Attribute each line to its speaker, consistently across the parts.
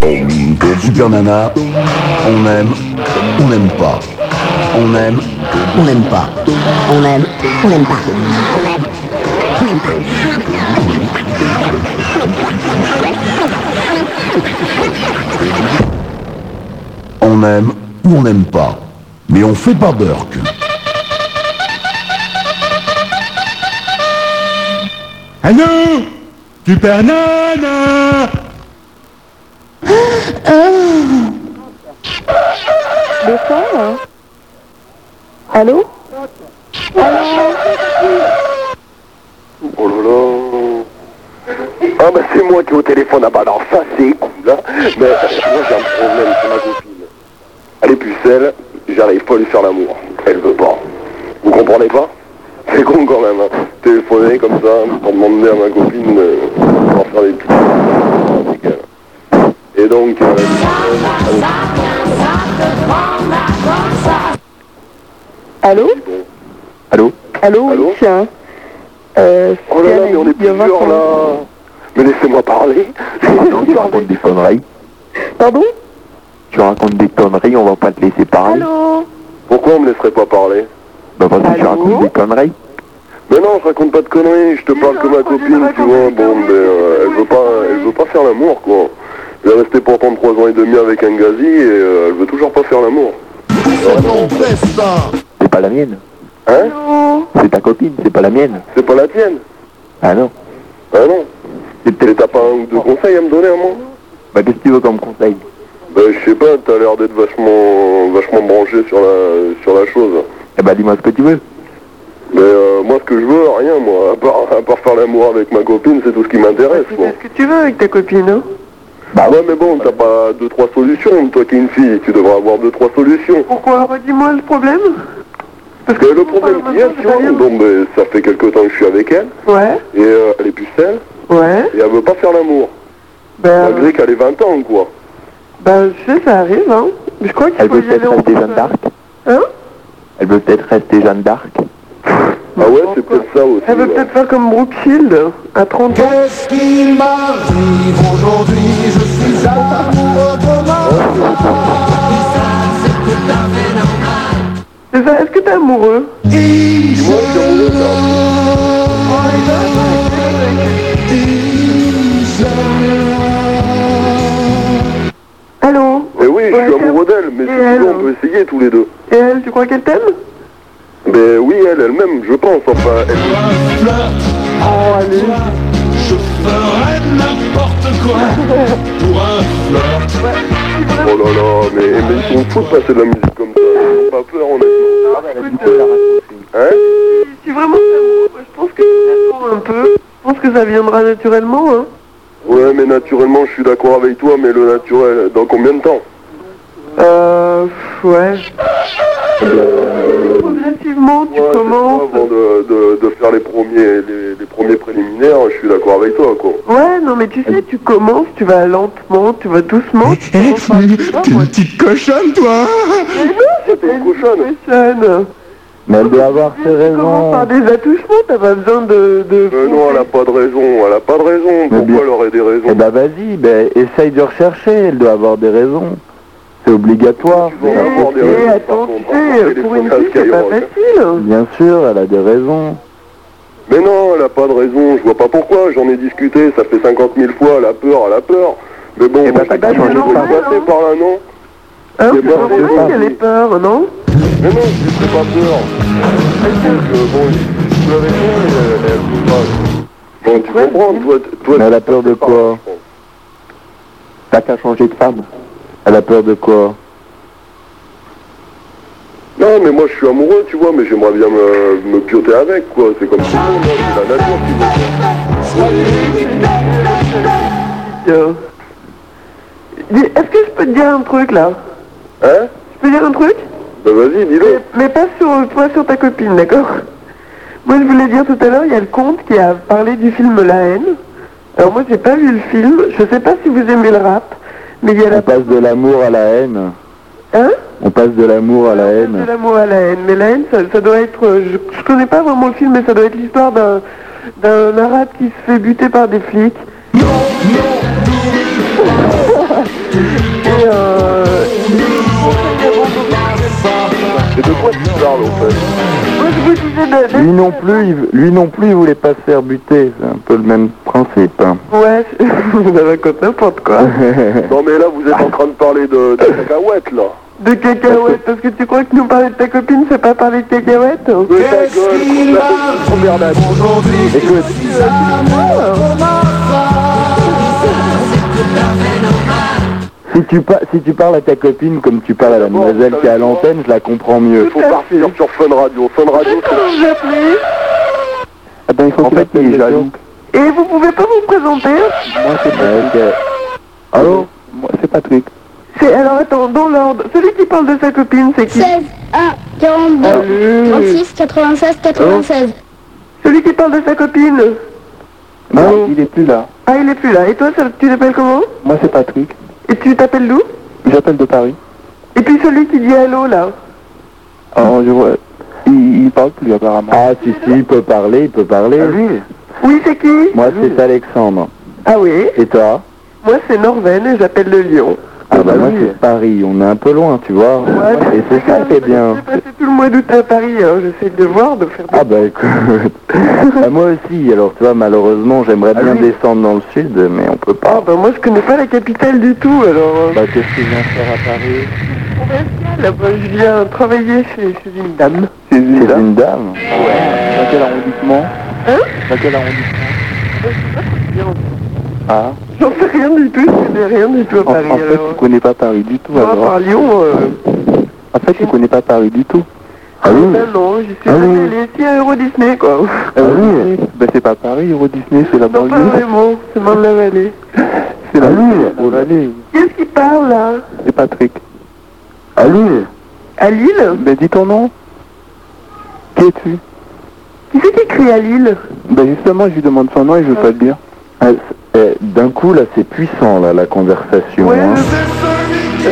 Speaker 1: Super Nana, on aime, on n'aime pas. On aime,
Speaker 2: On n'aime pas. On aime. On n'aime pas.
Speaker 1: on aime ou on n'aime pas. Mais on fait pas Burke.
Speaker 3: Allô Super Nana
Speaker 4: Bonsoir. Ah. Allô
Speaker 5: Oh là là Ah bah c'est moi qui ai au téléphone, ah bah alors ça c'est cool hein Mais euh, moi j'ai un problème, c'est ma copine. Elle est pucelle, j'arrive pas à lui faire l'amour. Elle veut pas. Vous comprenez pas C'est con quand même, hein. Téléphoner comme ça pour demander à ma copine euh, de pouvoir faire des petits... trucs. Et donc... euh, elle-
Speaker 4: Allô
Speaker 5: Allô
Speaker 4: Allô,
Speaker 5: Allô
Speaker 4: oui, tiens. Euh,
Speaker 5: Oh là là, mais on est
Speaker 4: Suzanne, il y a
Speaker 5: plusieurs
Speaker 4: Vincent.
Speaker 5: là Mais laissez-moi parler
Speaker 6: Tu racontes des conneries.
Speaker 4: Pardon
Speaker 6: Tu racontes des conneries, on va pas te laisser parler.
Speaker 4: Allô
Speaker 5: Pourquoi on me laisserait pas parler
Speaker 6: Bah parce que tu
Speaker 4: Allô
Speaker 6: racontes des conneries.
Speaker 5: Mais non, je raconte pas de conneries, je te parle comme ma copine, tu vois, bon, ben, euh, elle veut pas, elle veut pas faire l'amour, quoi. Elle est restée pourtant trois ans et demi avec un gazi et euh, elle veut toujours pas faire l'amour.
Speaker 6: C'est pas la mienne.
Speaker 5: Hein
Speaker 6: C'est ta copine, c'est pas la mienne.
Speaker 5: C'est pas la tienne
Speaker 6: Ah non.
Speaker 5: Ah non
Speaker 6: C'est
Speaker 5: Et
Speaker 6: peut-être
Speaker 5: t'as pas un ou deux conseils à me donner à moi
Speaker 6: Bah qu'est-ce que tu veux comme conseil
Speaker 5: Ben, je sais pas, t'as l'air d'être vachement, vachement branché sur la, sur la chose.
Speaker 6: Eh bah dis-moi ce que tu veux.
Speaker 5: Mais euh, moi, ce que je veux, rien, moi, à part, à part faire l'amour avec ma copine, c'est tout ce qui m'intéresse, quoi.
Speaker 7: Qu'est-ce que tu veux avec ta copine hein
Speaker 5: Ah ouais, mais bon, t'as pas deux, trois solutions, toi qui es une fille, tu devrais avoir deux, trois solutions.
Speaker 7: Pourquoi Redis-moi le problème. Parce
Speaker 5: Mais le
Speaker 7: sinon,
Speaker 5: problème
Speaker 7: par
Speaker 5: qu'il y a,
Speaker 7: maintenant,
Speaker 5: tu vois,
Speaker 7: c'est
Speaker 5: bon, ben, ça fait quelque temps que je suis avec elle,
Speaker 7: Ouais,
Speaker 5: et euh, elle est pucelle,
Speaker 7: ouais.
Speaker 5: et elle veut pas faire l'amour,
Speaker 7: Ben,
Speaker 5: malgré qu'elle ait 20 ans, quoi.
Speaker 7: ben, je sais, ça arrive, hein. Je crois qu'il
Speaker 6: Elle
Speaker 7: faut
Speaker 6: veut
Speaker 7: y aller
Speaker 6: peut-être
Speaker 7: en
Speaker 6: rester Jeanne
Speaker 7: couple.
Speaker 6: d'Arc.
Speaker 7: Hein
Speaker 6: Elle veut peut-être rester Jeanne d'Arc.
Speaker 5: Ah ouais, c'est peut-être ça aussi.
Speaker 7: Elle veut
Speaker 5: ouais.
Speaker 7: peut-être faire comme Brookshield, à 30 ans.
Speaker 8: Qu'est-ce qui m'arrive aujourd'hui Je suis amoureux de moi.
Speaker 7: C'est ça, est-ce que t'es amoureux
Speaker 8: Et
Speaker 5: Dis-moi, je suis amoureux de toi.
Speaker 7: Allô
Speaker 5: Mais Eh oui, je suis
Speaker 7: Ouais,
Speaker 5: amoureux d'elle, mais
Speaker 7: Et
Speaker 5: si tu veux,
Speaker 7: elle
Speaker 5: on peut essayer tous les deux.
Speaker 7: Et elle, tu crois qu'elle t'aime
Speaker 5: Mais oui, elle, elle-même, je pense, enfin, elle...
Speaker 7: Oh, allez.
Speaker 8: je ferai n'importe quoi pour un flirt.
Speaker 5: Oh là là, mais, mais ils sont fous de passer de la musique comme ça, ils ont pas peur, honnêtement.
Speaker 7: Écoute, euh,
Speaker 5: Hein
Speaker 7: si vraiment t'es amoureux, moi, je pense que tu t'attends un peu. Je pense que ça viendra naturellement, hein.
Speaker 5: Ouais, mais naturellement, je suis d'accord avec toi, mais le naturel, dans combien de temps
Speaker 7: Euh, pff, ouais. Progressivement, tu
Speaker 5: Ouais, c'est
Speaker 7: commences.
Speaker 5: toi, Avant de, de- de faire les premiers, les, les premiers préliminaires, je suis d'accord avec toi, quoi.
Speaker 7: Ouais, non, mais tu sais, tu commences, tu vas lentement, tu vas doucement. Tu commences par- je sais pas,
Speaker 3: Eh, T'es
Speaker 7: moi,
Speaker 3: une petite cochonne, toi hein.
Speaker 5: T'es une cochonne
Speaker 7: tu sonnes.
Speaker 6: Mais elle doit avoir
Speaker 7: Tu commences par des attouchements, t'as pas besoin de. de...
Speaker 5: Euh, non, elle a pas de raison, elle a pas de raison. Pourquoi
Speaker 6: bien-
Speaker 5: elle aurait des raisons
Speaker 6: Eh bah vas-y, ben essaye de rechercher, elle doit avoir des raisons. C'est obligatoire.
Speaker 5: Tu vas avoir des
Speaker 7: Eh,
Speaker 5: raisons,
Speaker 7: attends,
Speaker 5: par contre.
Speaker 7: tu sais, pour une fille, c'est pas
Speaker 5: Skyrock.
Speaker 7: facile. Hein,
Speaker 6: Bien sûr, elle a des raisons.
Speaker 5: Mais non, elle a pas de raison, je vois pas pourquoi, j'en ai discuté, ça fait 50 000 fois, elle a peur, elle a peur. Mais bon,
Speaker 6: Eh ben,
Speaker 5: je
Speaker 6: t'as
Speaker 5: t'ai dit,
Speaker 6: changé
Speaker 5: je
Speaker 6: de
Speaker 5: peux
Speaker 6: femme.
Speaker 5: passer par là, non
Speaker 7: Hein,
Speaker 5: C'est
Speaker 7: c'est
Speaker 5: pas- c'est
Speaker 7: normal
Speaker 5: pas-
Speaker 7: qu'elle ait peur, non
Speaker 5: Mais non, je lui fais pas peur. Donc, euh, bon, je suis avec elle, elle, elle peut pas. Bon, tu comprends, toi, t- toi...
Speaker 6: Mais elle a peur de quoi T'as qu'à changer de femme. Elle a peur de quoi
Speaker 5: Non, mais moi, je suis amoureux, tu vois, mais j'aimerais bien me, me pioter avec, quoi. C'est comme ça, c'est la nature qui veut ça.
Speaker 7: Euh, dis, Est-ce que je peux te dire un truc, là
Speaker 5: Hein
Speaker 7: Je peux dire un truc
Speaker 5: Ben vas-y, dis-le.
Speaker 7: Mais pas sur, pas sur ta copine, d'accord Moi, je voulais dire tout à l'heure, il y a le comte qui a parlé du film La haine. Alors moi, j'ai pas vu le film. Je sais pas si vous aimez le rap, mais il y a la
Speaker 6: On passe de l'amour à la haine.
Speaker 7: hein
Speaker 6: On passe de l'amour à la
Speaker 7: de
Speaker 6: haine.
Speaker 7: l'amour à la haine. Mais la haine, ça, ça doit être. euh, Je, je connais pas vraiment le film, mais ça doit être l'histoire d'un d'un arabe qui se fait buter par des flics. Et euh, il est profondément mauvais.
Speaker 5: Et de quoi tu parles, au fait
Speaker 7: Moi, je vous disais de- de-
Speaker 6: Lui non plus, il, lui non plus, il voulait pas se faire buter. C'est un peu le même principe. hein.
Speaker 7: Ouais, c'est- vous avez raconté n'importe quoi.
Speaker 5: Non, mais là, vous êtes en train de parler de, de cacahuètes, là.
Speaker 7: De cacahuètes, parce que tu crois que nous parler de ta copine, c'est pas parler de cacahuètes
Speaker 5: De ta
Speaker 8: Qu'est-ce
Speaker 5: gueule,
Speaker 8: qu'il
Speaker 5: la
Speaker 8: va
Speaker 5: petite première date.
Speaker 8: vivre aujourd'hui
Speaker 6: Écoute.
Speaker 8: Je suis amoureux ma
Speaker 6: Si tu, pa- si tu parles à ta copine comme tu parles à la demoiselle qui est à l'antenne, je la comprends mieux.
Speaker 5: Faut partir sur Fun Radio. Fun Radio, c'est...
Speaker 7: Comment vous appelez
Speaker 6: Attends, il faut en fait, il est jaloux.
Speaker 7: Et vous pouvez pas vous présenter
Speaker 6: Moi, c'est Patrick. Allô Moi, c'est Patrick.
Speaker 7: C'est alors attends, dans l'ordre, celui qui parle de sa copine, c'est qui Euh,
Speaker 9: 16, 1,
Speaker 10: Euh,
Speaker 9: 42,
Speaker 6: Allô
Speaker 9: 36, 96, 96.
Speaker 7: Celui qui parle de sa copine
Speaker 6: Non, il est plus là.
Speaker 7: Ah, il est plus là. Et toi, ça- tu t'appelles comment
Speaker 6: Moi, c'est Patrick.
Speaker 7: Et tu t'appelles d'où
Speaker 6: J'appelle de Paris.
Speaker 7: Et puis celui qui dit allô, là
Speaker 6: Ah, je Il, parle plus, apparemment. Hmm. Ah, si, si, il peut parler, il peut parler.
Speaker 7: Oui, c'est qui
Speaker 6: Euh, Moi, c'est Alexandre.
Speaker 7: Ah oui,
Speaker 6: Et toi
Speaker 7: moi c'est Norven et j'appelle de Lyon.
Speaker 6: Ah, bah, moi, c'est Paris. On est un peu loin, tu vois. Et c'est ça qui est bien.
Speaker 7: J'ai passé tout le mois d'août à Paris, hein. j'essaie de voir, de faire des...
Speaker 6: Ah bah écoute, Ah, moi aussi, alors tu vois, malheureusement, j'aimerais bien descendre dans le sud, mais on peut
Speaker 7: Ah
Speaker 6: pas.
Speaker 7: bah moi je connais pas la capitale du tout, alors... euh,
Speaker 6: Bah qu'est-ce que je viens faire à Paris
Speaker 7: Là, bah, je viens travailler chez, chez une dame.
Speaker 6: C'est une dame Dans quel arrondissement
Speaker 7: Hein
Speaker 6: Dans quel arrondissement Bah, Ah,
Speaker 7: J'en sais rien du tout, je connais rien du tout à Paris, alors...
Speaker 6: connais pas Paris du tout
Speaker 7: Moi, par Lyon, euh...
Speaker 6: En fait, tu connais pas Paris du tout Ah
Speaker 7: ah,
Speaker 6: oui
Speaker 7: ben non, j'y suis
Speaker 6: Ah oui.
Speaker 7: jamais allée, si à Euro Disney, quoi.
Speaker 6: Ah oui Bah c'est pas Paris, Euro Disney, c'est la
Speaker 7: Non, pas vraiment, c'est dans la vallée.
Speaker 6: C'est la banlieue
Speaker 7: Qu'est-ce qui parle, là
Speaker 6: C'est Patrick. Ah oui
Speaker 7: À Lille
Speaker 6: Mais Ben, dis ton nom Qui es-tu
Speaker 7: Qui c'est qui écrit à Lille
Speaker 6: Ben justement, je lui demande son nom et je veux pas le dire. D'un coup, là, Ah, c'est puissant, là, la conversation.
Speaker 7: Ouais,
Speaker 6: hein.
Speaker 7: je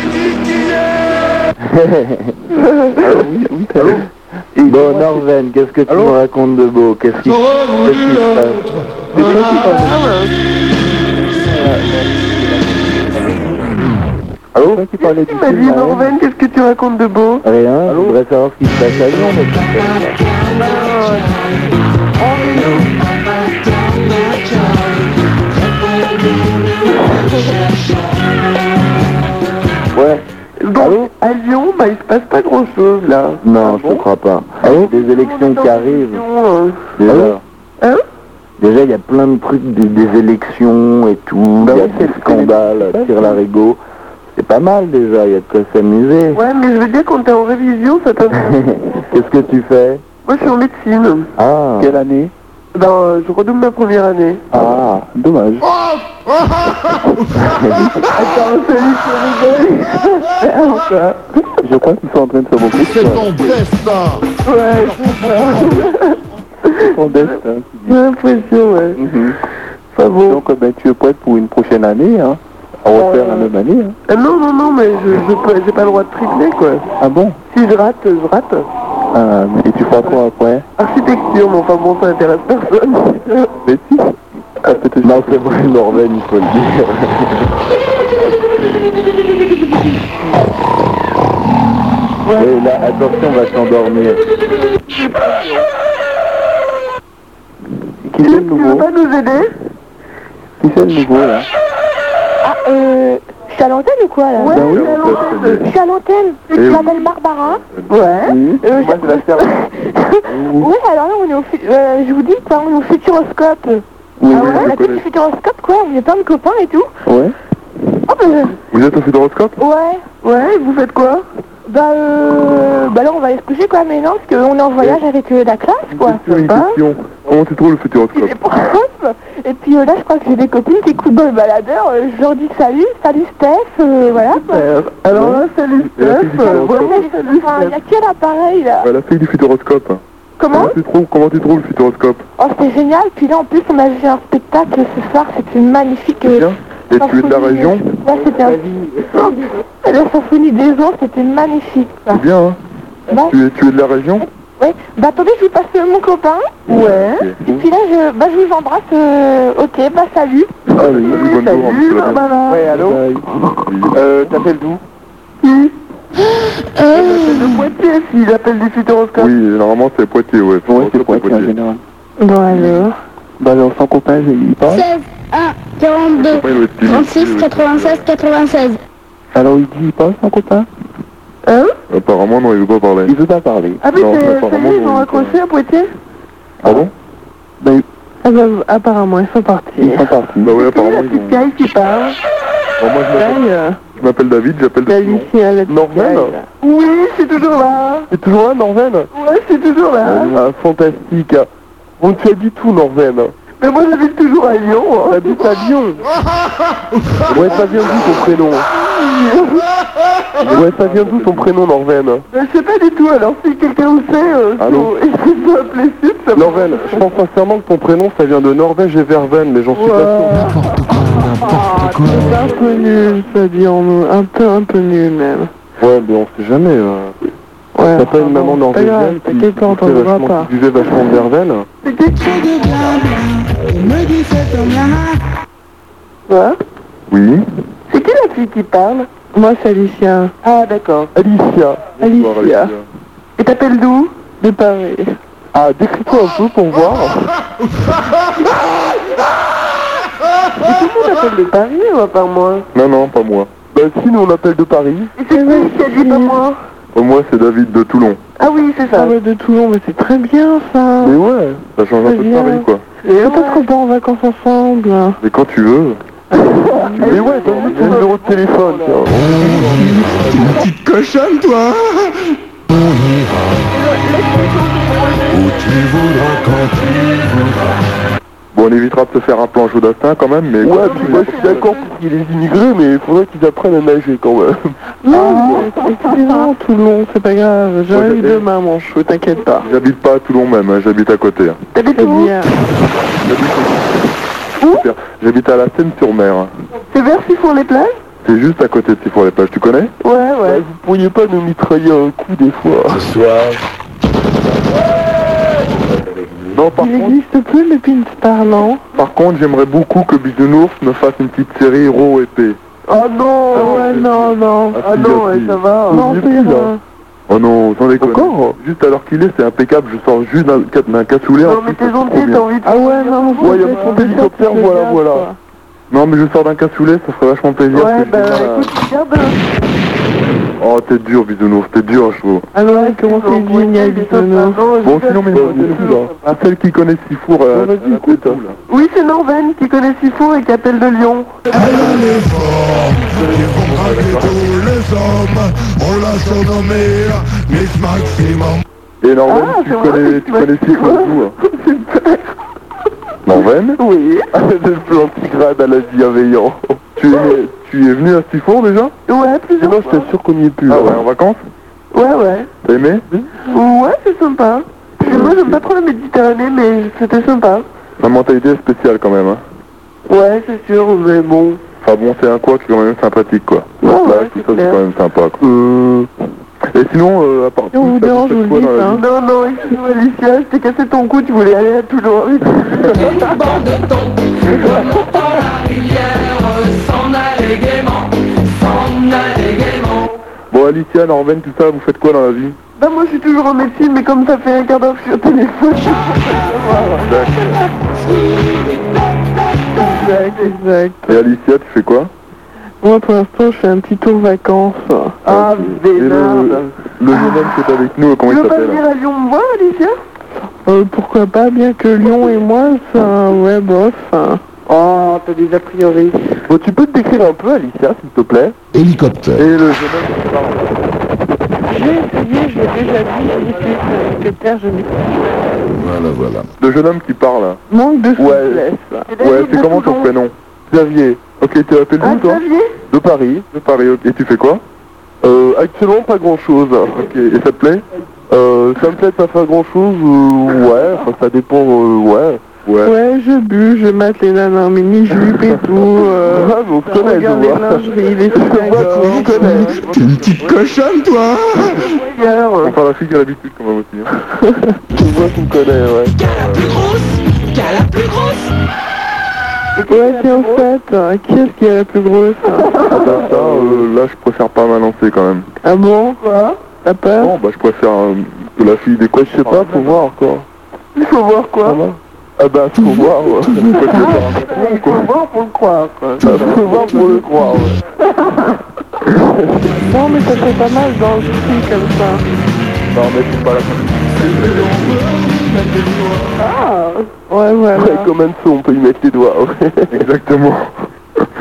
Speaker 6: Ah oui, oui, Bon, Norven, qu'est-ce que tu me racontes de beau Qu'est-ce qui qu'est-ce qui se passe Ah,
Speaker 7: Ah,
Speaker 6: Allô qui parlait du
Speaker 7: Vas-y, Norven, bah, qu'est-ce que tu racontes de beau
Speaker 6: Rien, je voudrais savoir ce qui se passe à Lyon. mais- Ouais. Allô
Speaker 7: Bon, à Lyon, bah, il se passe pas grand-chose, là.
Speaker 6: Non, je ne crois pas. Des élections qui arrivent.
Speaker 7: Lyon, euh,
Speaker 6: Déjà.
Speaker 7: Hein
Speaker 6: Déjà, il y a plein de trucs, des, des élections et tout, il y a des scandales, tire l'arigot. C'est pas mal déjà, il y a de quoi s'amuser.
Speaker 7: Ouais, mais je veux dire, quand t'es en révision, ça t'intéresse.
Speaker 6: Qu'est-ce que tu fais
Speaker 7: Moi, je suis en médecine.
Speaker 6: Ah Quelle année
Speaker 7: Ben, euh, je redouble ma première année.
Speaker 6: Ah, dommage. Ah,
Speaker 7: Attends, salut, je rigole. Alors, quoi
Speaker 6: Je crois qu'ils sont en train de se
Speaker 1: C'est
Speaker 6: beaucoup.
Speaker 1: ton destin
Speaker 7: Ouais,
Speaker 6: ton destin.
Speaker 7: j'ai l'impression, ouais. Enfin bon.
Speaker 6: hein. Donc, ben, tu es prête pour une prochaine année, hein On va faire la même année, hein
Speaker 9: Euh,
Speaker 7: Ah, non, non, non, mais je, je peux- j'ai pas le droit de tripler, quoi.
Speaker 6: Ah bon
Speaker 7: Si je rate, je rate.
Speaker 6: Ah, mais- Et tu feras quoi après
Speaker 7: Architecture, mais enfin bon, ça intéresse personne.
Speaker 6: Mais si Ah, Non, c'est vrai, Norven, il faut le dire. Et là, attention, on va s'endormir. Qui c'est le
Speaker 7: Tu veux
Speaker 6: nouveau
Speaker 7: pas nous aider
Speaker 6: Qui c'est le nouveau, là
Speaker 9: Ah, euh, je suis à l'antenne ou quoi là
Speaker 7: Ouais,
Speaker 6: Ben oui,
Speaker 7: c'est à
Speaker 6: on peut se
Speaker 7: l'antenne.
Speaker 9: Je suis à l'antenne.
Speaker 6: oui.
Speaker 9: Je m'appelle Barbara.
Speaker 6: Bah
Speaker 7: Ouais.
Speaker 9: Euh,
Speaker 6: Moi, c'est la servante.
Speaker 9: Ouais, alors là, on est au fu- euh, je vous dis, par exemple, au futuroscope.
Speaker 6: Oui,
Speaker 9: ah
Speaker 6: oui,
Speaker 9: ouais,
Speaker 6: je
Speaker 9: la tête
Speaker 6: connais.
Speaker 9: du futuroscope, quoi. On est plein de copains et tout.
Speaker 6: Ouais.
Speaker 9: Oh, bah,
Speaker 6: Vous êtes au futuroscope
Speaker 9: ouais.
Speaker 7: Ouais, et vous faites quoi
Speaker 9: Bah, euh, bah là, on va aller se coucher, quoi. Mais non, parce qu'on est en voyage avec euh, la classe, quoi. Hein
Speaker 6: Comment tu trouves le
Speaker 9: Puis
Speaker 6: futuroscope
Speaker 9: c'est pour Rome. Et puis euh, là, je crois que j'ai des copines qui écoutent dans le baladeur. euh, je leur dis salut, salut Steph, euh, voilà. quoi.
Speaker 7: Alors là, salut Steph. euh,
Speaker 9: Voilà,
Speaker 7: vraiment,
Speaker 9: il y a quel appareil là
Speaker 6: La fille du futuroscope.
Speaker 9: Comment
Speaker 6: tu trouves, comment tu trouves le futuroscope
Speaker 9: Oh, c'était génial. Puis là, en plus, on a vu un spectacle ce soir. C'était magnifique. euh,
Speaker 6: Et
Speaker 9: symphonie des- Là, c'était un... La symphonie des ondes, c'était magnifique. quoi.
Speaker 6: bien, hein
Speaker 9: Bah,
Speaker 6: es, tu es de la région
Speaker 2: Ouais. Bah attendez, je vous passe euh, mon copain.
Speaker 11: Ouais.
Speaker 7: Ah,
Speaker 2: Et puis là, je, bah, je vous embrasse. euh, ok, bah salut.
Speaker 6: Allez, bonne
Speaker 7: Salut,
Speaker 6: journée.
Speaker 7: Barbara.
Speaker 5: Ouais, allô Euh, t'appelles d'où
Speaker 10: Euh,
Speaker 7: De Poitiers, s'il appelle du futuroscope.
Speaker 6: Oui, généralement c'est Poitiers, ouais.
Speaker 5: Ouais, c'est
Speaker 6: Futuroscope,
Speaker 5: quoi, en général
Speaker 11: Bon alors.
Speaker 5: Bah, alors, sans comptage, il parle
Speaker 12: 16, 1, 42,
Speaker 6: Après, il doit être timide,
Speaker 12: 36,
Speaker 6: il doit être-
Speaker 12: 96, 96.
Speaker 5: Alors, il dit, il parle, sans comptage
Speaker 6: Apparemment, non, il veut pas parler.
Speaker 5: Il veut pas parler.
Speaker 7: Ah, mais
Speaker 6: Non,
Speaker 7: c'est
Speaker 6: apparemment,
Speaker 7: c'est lui, ils
Speaker 6: non,
Speaker 7: ont raccroché à Poitiers
Speaker 6: Pardon
Speaker 11: Ah bah, apparemment, ils sont partis.
Speaker 5: Il est parti.
Speaker 6: Bah ouais,
Speaker 7: C'est
Speaker 6: apparemment,
Speaker 7: la
Speaker 6: ils
Speaker 7: petite
Speaker 6: ont...
Speaker 7: caille qui parle.
Speaker 6: Bon, moi, je m'appelle-
Speaker 11: Aïe, euh,
Speaker 6: je m'appelle David, j'appelle
Speaker 11: la
Speaker 6: David.
Speaker 11: Lucien, la petite
Speaker 6: Normal
Speaker 11: gueule, là.
Speaker 7: Oui, c'est toujours là.
Speaker 6: C'est toujours là, Norven
Speaker 7: Ouais, c'est toujours là.
Speaker 6: Ah, fantastique. On ne sait du tout, Norven.
Speaker 7: Mais moi, j'habite toujours à Lyon. hein.
Speaker 6: T'habites à Lyon Ouais, ça vient d'où ton prénom Ouais, ça vient d'où ton prénom, Norven
Speaker 7: Mais Je sais pas du tout, alors si quelqu'un le sait, euh,
Speaker 6: Allô
Speaker 7: si on- si on appeler Sud, ça va.
Speaker 6: Norven, je pense sincèrement que ton prénom, ça vient de Norvège et Verven, mais j'en suis pas sûr.
Speaker 7: Ah,
Speaker 11: C'est un peu nul, ça dit en un peu, un peu nul même.
Speaker 6: Ouais, mais on sait jamais. euh.
Speaker 11: Ouais.
Speaker 6: T'as pas une maman
Speaker 11: pas grave,
Speaker 6: norvégienne qui,
Speaker 11: t'inquiète pas, on
Speaker 6: qui
Speaker 11: t'en voudra
Speaker 6: vachement-
Speaker 11: pas.
Speaker 6: qui buvait vachement de Verven
Speaker 11: Quoi
Speaker 6: Oui.
Speaker 7: C'est qui la fille qui parle
Speaker 11: Moi, c'est Lucien,
Speaker 7: Ah, d'accord.
Speaker 6: Alicia.
Speaker 11: Alicia.
Speaker 7: Et t'appelles d'où
Speaker 11: de Paris.
Speaker 6: Ah, décris-toi un peu pour voir.
Speaker 7: Tout le monde appelle de Paris ou à part moi
Speaker 6: Non, non, pas moi. Bah si, nous on appelle de Paris.
Speaker 7: Et
Speaker 11: Eh
Speaker 7: c'est
Speaker 11: ben,
Speaker 7: qui qui a dit pas moi
Speaker 6: Au moi, c'est David de Toulon.
Speaker 7: Ah oui, c'est
Speaker 11: Ah
Speaker 7: ça.
Speaker 11: ouais, de Toulon, mais c'est très bien ça.
Speaker 6: Mais ouais, ça change un peu de
Speaker 11: bien.
Speaker 6: Paris, quoi.
Speaker 7: Et
Speaker 11: Peut-être qu'on part en vacances ensemble.
Speaker 6: Mais quand tu veux. Mais ouais, donne-nous ton numéro de téléphone. tiens.
Speaker 13: Petite cochonne, toi
Speaker 6: Bon, on évitera de se faire un plan Jodassin quand même, mais... Ouais, puis moi je suis d'accord pour qu'il y ait les immigrés, mais il faudrait qu'ils apprennent à nager quand même.
Speaker 11: Non, c'est excellent Toulon, c'est pas grave.
Speaker 6: Ouais,
Speaker 11: J'arrive
Speaker 6: j'avais-
Speaker 11: demain, mon chou, t'inquiète pas.
Speaker 6: J'habite pas à Toulon même, hein, j'habite à côté. hein.
Speaker 7: T'habites
Speaker 11: Eh
Speaker 7: où
Speaker 11: bien,
Speaker 6: Super. J'habite à la Seine-sur-Mer. hein.
Speaker 7: C'est vers font les plages
Speaker 6: C'est juste à côté de Sifour les Plages, tu connais
Speaker 7: Ouais, ouais.
Speaker 6: Vous pourriez pas nous mitrailler un coup des fois Non, par
Speaker 11: il
Speaker 6: contre,
Speaker 11: n'existe plus le pins parlant.
Speaker 6: par contre j'aimerais beaucoup que Bisounours me fasse une petite série héros épée.
Speaker 7: Oh non
Speaker 11: Ah ouais, non, non.
Speaker 6: Ah,
Speaker 7: Ah
Speaker 6: si,
Speaker 7: non,
Speaker 6: ah,
Speaker 7: ouais,
Speaker 6: si.
Speaker 7: ça va. hein.
Speaker 11: Non,
Speaker 6: il est
Speaker 11: ça
Speaker 6: plus,
Speaker 11: ira.
Speaker 6: là. Oh non, sans déconner.
Speaker 11: Encore
Speaker 6: Juste alors qu'il est, c'est impeccable, je sors juste d'un d'un ben, cassoulet.
Speaker 7: Non,
Speaker 6: en
Speaker 7: mais
Speaker 6: plus,
Speaker 7: t'es
Speaker 6: ça se
Speaker 7: gentil,
Speaker 6: trouve
Speaker 7: t'as
Speaker 6: bien.
Speaker 7: envie de...
Speaker 11: Ah ouais, non,
Speaker 6: Ouais, il y a mon hélicoptère,
Speaker 11: hélicoptère,
Speaker 6: voilà, voilà. Non, mais je sors d'un cassoulet, ça ferait vachement plaisir.
Speaker 7: Ouais,
Speaker 6: parce que je
Speaker 7: bah
Speaker 6: dis,
Speaker 7: écoute, regarde.
Speaker 6: Oh, t'es dur, Bisounours, t'es dur, je trouve.
Speaker 11: Alors, comment c'est génial, bisounours.
Speaker 6: hein. Bon, sinon, mais
Speaker 7: bon,
Speaker 6: à celle qui connaît Sifour,
Speaker 11: Bon,
Speaker 6: euh,
Speaker 11: vas-y,
Speaker 6: elle appelle
Speaker 11: écoute.
Speaker 6: tout, là.
Speaker 7: Oui, c'est Norven qui connaît Sifour et qui appelle de Lyon.
Speaker 8: les hommes, on l'a surnommé Miss Maximum.
Speaker 6: Et Norven,
Speaker 7: Ah,
Speaker 6: tu
Speaker 7: c'est
Speaker 6: connais,
Speaker 7: vrai,
Speaker 6: tu
Speaker 7: ouais.
Speaker 6: connais Sifour tout, hein. Norven
Speaker 7: Oui.
Speaker 6: Le plan grade à la bienveillant. tu, es, tu es venu à Sifour déjà
Speaker 7: Ouais, plusieurs fois.
Speaker 6: j'étais sûr qu'on y est plus. Ah ouais, en vacances
Speaker 7: Ouais, ouais.
Speaker 6: T'as aimé
Speaker 7: Ouais, c'est sympa. Parce que Moi, j'aime pas trop la Méditerranée, mais c'était sympa.
Speaker 6: La mentalité est spéciale quand même. Hein.
Speaker 7: Ouais, c'est sûr, mais bon.
Speaker 6: Enfin bon, c'est un quoi qui est quand même sympathique quoi. La
Speaker 7: Ouais,
Speaker 6: plage,
Speaker 7: ouais,
Speaker 6: tout
Speaker 7: c'est
Speaker 6: Bah, ça, c'est
Speaker 7: clair.
Speaker 6: quand même sympa quoi. Euh... Et sinon, euh, à part.
Speaker 11: on vous
Speaker 6: ça,
Speaker 11: dérange,
Speaker 6: faites
Speaker 11: vous le
Speaker 6: quoi dans la
Speaker 11: dites,
Speaker 6: vie
Speaker 11: hein.
Speaker 7: Non, non, excuse-moi, Alicia, je t'ai cassé ton cou, tu voulais aller à Toulon.
Speaker 6: Bon, Alicia, Norven, tout ça, vous faites quoi dans la vie
Speaker 7: bah, moi, je suis toujours en médecine, mais comme ça fait un quart d'heure que je suis au téléphone.
Speaker 11: Exact, exact.
Speaker 6: Et Alicia, tu fais quoi
Speaker 11: Moi, pour l'instant, je fais un petit tour vacances.
Speaker 7: Ah,
Speaker 6: Et le,
Speaker 7: vénard.
Speaker 6: le jeune homme qui est avec nous, comment
Speaker 7: Tu
Speaker 6: il
Speaker 7: veux pas
Speaker 6: s'appelle
Speaker 7: venir à Lyon me voir, Alicia
Speaker 11: Euh, pourquoi pas, bien que Lyon et moi, ça, ouais, bof. hein.
Speaker 7: Oh, t'as des a priori.
Speaker 6: Bon, tu peux te décrire un peu, Alicia, s'il te plaît
Speaker 14: Hélicoptère.
Speaker 6: Et le jeune homme qui parle.
Speaker 11: Ah, J'ai essayé, j'ai déjà vu, j'ai essayé sur l'hélicoptère, je me
Speaker 14: Voilà, voilà.
Speaker 6: Le jeune homme qui parle.
Speaker 11: manque de
Speaker 6: Ouais.
Speaker 11: souplesse.
Speaker 6: Ouais, c'est comment ton prénom Xavier. Ok, tu appelles
Speaker 7: Ah,
Speaker 6: d'où toi
Speaker 7: Xavier
Speaker 6: De Paris. De Paris, ok. Et tu fais quoi Euh, actuellement pas grand chose. Ok, et ça te plaît Euh, ça me plaît pas faire grand chose, ouais, ça dépend, ouais.
Speaker 4: Ouais. je bu, je mate les nanas en mini-jupe et tout. Euh,
Speaker 3: Bravo, connais, je
Speaker 4: regarde les
Speaker 6: hein.
Speaker 3: vois.
Speaker 4: lingeries, les trucs à gorge.
Speaker 3: T'es une petite cochonne, toi
Speaker 5: Enfin, la fille qui a l'habitude, quand même aussi.
Speaker 6: hein. Tu vois qu'on connaît, ouais.
Speaker 4: Ouais, tiens, au fait, hein, qui est-ce qui est la plus grosse hein
Speaker 6: Ah,
Speaker 5: Ça, ça, euh, là, je préfère pas m'annoncer quand même.
Speaker 4: Ah bon Quoi T'as
Speaker 6: Ah.
Speaker 4: peur
Speaker 5: Non, bah, je préfère euh, que la fille décoche.
Speaker 6: Je sais pas, faut voir encore.
Speaker 7: Il faut voir quoi
Speaker 6: Ah bah, faut voir, ouais.
Speaker 7: Il faut voir pour le croire, quoi.
Speaker 6: faut voir pour le croire, ouais.
Speaker 4: Non, mais ça fait pas mal dans le style comme ça.
Speaker 5: Non, mais c'est pas la
Speaker 4: Ah, Ouais, voilà.
Speaker 6: Ouais, comme un son, on peut y mettre les doigts, ouais.
Speaker 5: Exactement.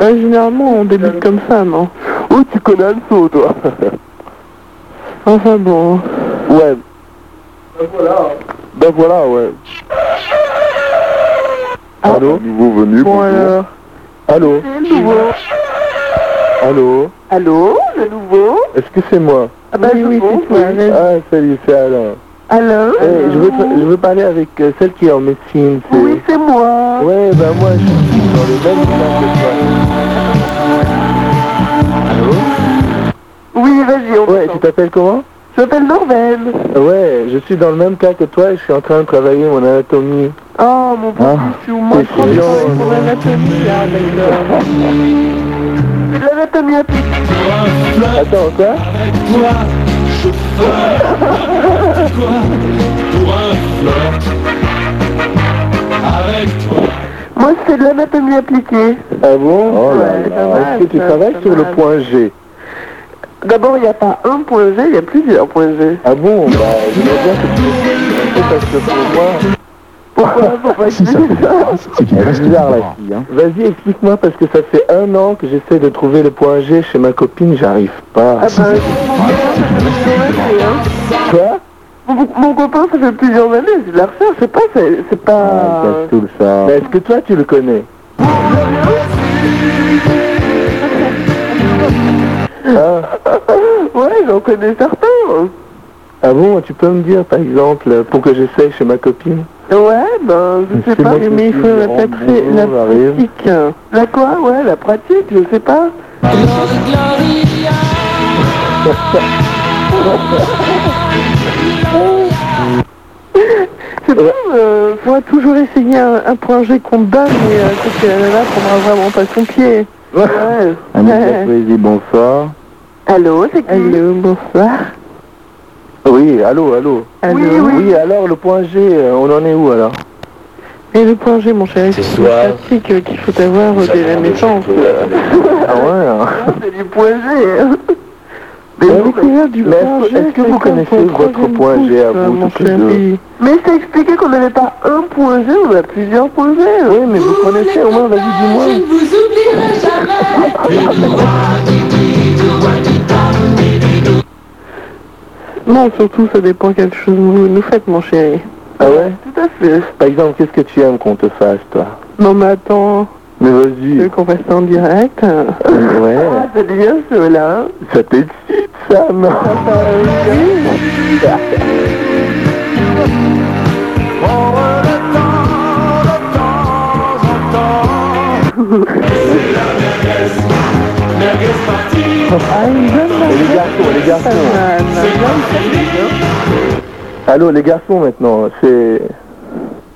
Speaker 4: Ouais, généralement, on débute comme ça, non
Speaker 6: Oh, tu connais un saut, toi
Speaker 4: Enfin bon.
Speaker 6: Ouais. Ben voilà. Ben voilà, ouais. Allô
Speaker 5: Nouveau venu,
Speaker 4: Bon alors.
Speaker 6: Allô
Speaker 7: nouveau.
Speaker 6: Allô
Speaker 7: Allô, le nouveau
Speaker 6: Est-ce que c'est moi
Speaker 7: Ah bah
Speaker 4: oui, oui,
Speaker 7: bon,
Speaker 4: c'est toi. vas-y.
Speaker 6: Ah, salut, c'est Alain.
Speaker 7: Alain
Speaker 6: Eh, je, veux, pa- je veux parler avec euh, celle qui est en médecine, c'est...
Speaker 7: Oui, c'est moi.
Speaker 6: Ouais, ben moi, je suis dans le même plan que toi.
Speaker 7: Oui, vas-y, on
Speaker 6: Ouais,
Speaker 7: t'entend.
Speaker 6: tu t'appelles comment
Speaker 7: Je m'appelle Norvel.
Speaker 6: Ouais, je suis dans le même cas que toi et je suis en train de travailler mon anatomie.
Speaker 7: Oh, mon pauvre,
Speaker 6: Ah,
Speaker 7: je suis au moins
Speaker 6: c'est
Speaker 7: trois
Speaker 6: chiant.
Speaker 7: ans pour l'anatomie, hein, là, d'accord. C'est de l'anatomie appliquée.
Speaker 6: Attends, quoi
Speaker 7: Moi, c'est de l'anatomie appliquée.
Speaker 6: Ah bon Oh là
Speaker 7: Ouais,
Speaker 6: là.
Speaker 7: pas mal,
Speaker 6: Est-ce que tu
Speaker 7: ça,
Speaker 6: travailles
Speaker 7: pas
Speaker 6: sur le
Speaker 7: mal.
Speaker 6: point G
Speaker 7: D'abord, il n'y a pas un point G, il y a plusieurs points G.
Speaker 6: Ah bon Bah, je vois bien que tu- c'est parce que pour moi...
Speaker 7: Pourquoi Pour pas que je dise ça
Speaker 1: C'est qu'il
Speaker 6: C'est bizarre la fille. Hein. Vas-y, explique-moi parce que ça fait un an que j'essaie de trouver le point G chez ma copine, j'arrive pas.
Speaker 7: Ah bah, mon copain, ça fait plusieurs années, hein.
Speaker 6: Quoi
Speaker 7: Mon, mon copain, ça fait plusieurs années, je la recherche, c'est pas, c'est c'est pas...
Speaker 6: tout ça. Ah. Est-ce que toi tu le connais ah,
Speaker 7: Ouais, j'en connais certains.
Speaker 6: ah bon, tu peux me dire par exemple pour que j'essaye chez ma copine
Speaker 7: Ouais, ben, je sais pas.
Speaker 6: moi qui
Speaker 7: mais il
Speaker 6: suis
Speaker 7: faut la
Speaker 6: Laurent
Speaker 7: pratique. La
Speaker 6: Boulot, j'arrive.
Speaker 7: pratique. La quoi Ouais, la pratique, je sais pas. C'est pas, euh,
Speaker 4: Faut toujours essayer un, un point G qu'on te donne, mais euh, sauf que la nana prendra vraiment pas son pied.
Speaker 7: ouais.
Speaker 6: Ah,
Speaker 4: Ouais.
Speaker 6: Poésie, bonsoir.
Speaker 7: Allô, c'est qui
Speaker 4: Allô, bonsoir.
Speaker 6: Oui, allô, allô.
Speaker 4: Allô.
Speaker 7: Oui, oui.
Speaker 6: alors le point G, euh, on en est où alors
Speaker 4: Et le point G, mon chéri, c'est une pratique euh, qu'il faut avoir euh, dès la naissance.
Speaker 6: Ah ouais hein.
Speaker 7: C'est du point G. hein. Mais,
Speaker 6: Ouais,
Speaker 7: vous-
Speaker 4: Découvrir du
Speaker 6: Mais est-ce
Speaker 4: point
Speaker 6: que-
Speaker 4: G,
Speaker 6: est-ce que
Speaker 4: c'est
Speaker 6: vous
Speaker 4: comme
Speaker 6: connaissez
Speaker 4: ton
Speaker 6: votre
Speaker 4: troisième
Speaker 6: point G à
Speaker 4: pouce,
Speaker 6: vous,
Speaker 4: mon
Speaker 6: toutes les
Speaker 4: chéri.
Speaker 6: deux
Speaker 7: mais c'est expliqué qu'on n'avait pas un point G, on a plusieurs points G. hein.
Speaker 6: Oui, mais vous connaissez au moins, vas-y, dis-moi.
Speaker 4: Non, surtout, ça dépend quelle chose vous nous faites, mon chéri.
Speaker 6: Ah ouais
Speaker 7: Tout à fait.
Speaker 6: Par exemple, qu'est-ce que tu aimes qu'on te fasse, toi
Speaker 4: Non, mais attends,
Speaker 6: Mais
Speaker 4: tu
Speaker 6: vas-y.
Speaker 4: veux qu'on fasse ça en direct euh,
Speaker 6: Ouais.
Speaker 7: Ah, c'est bien ceux-là. hein.
Speaker 6: Ça t'excite, ça, non
Speaker 4: Ah, une bonne
Speaker 6: Les garçons, les garçons. Allô, les garçons, maintenant, c'est...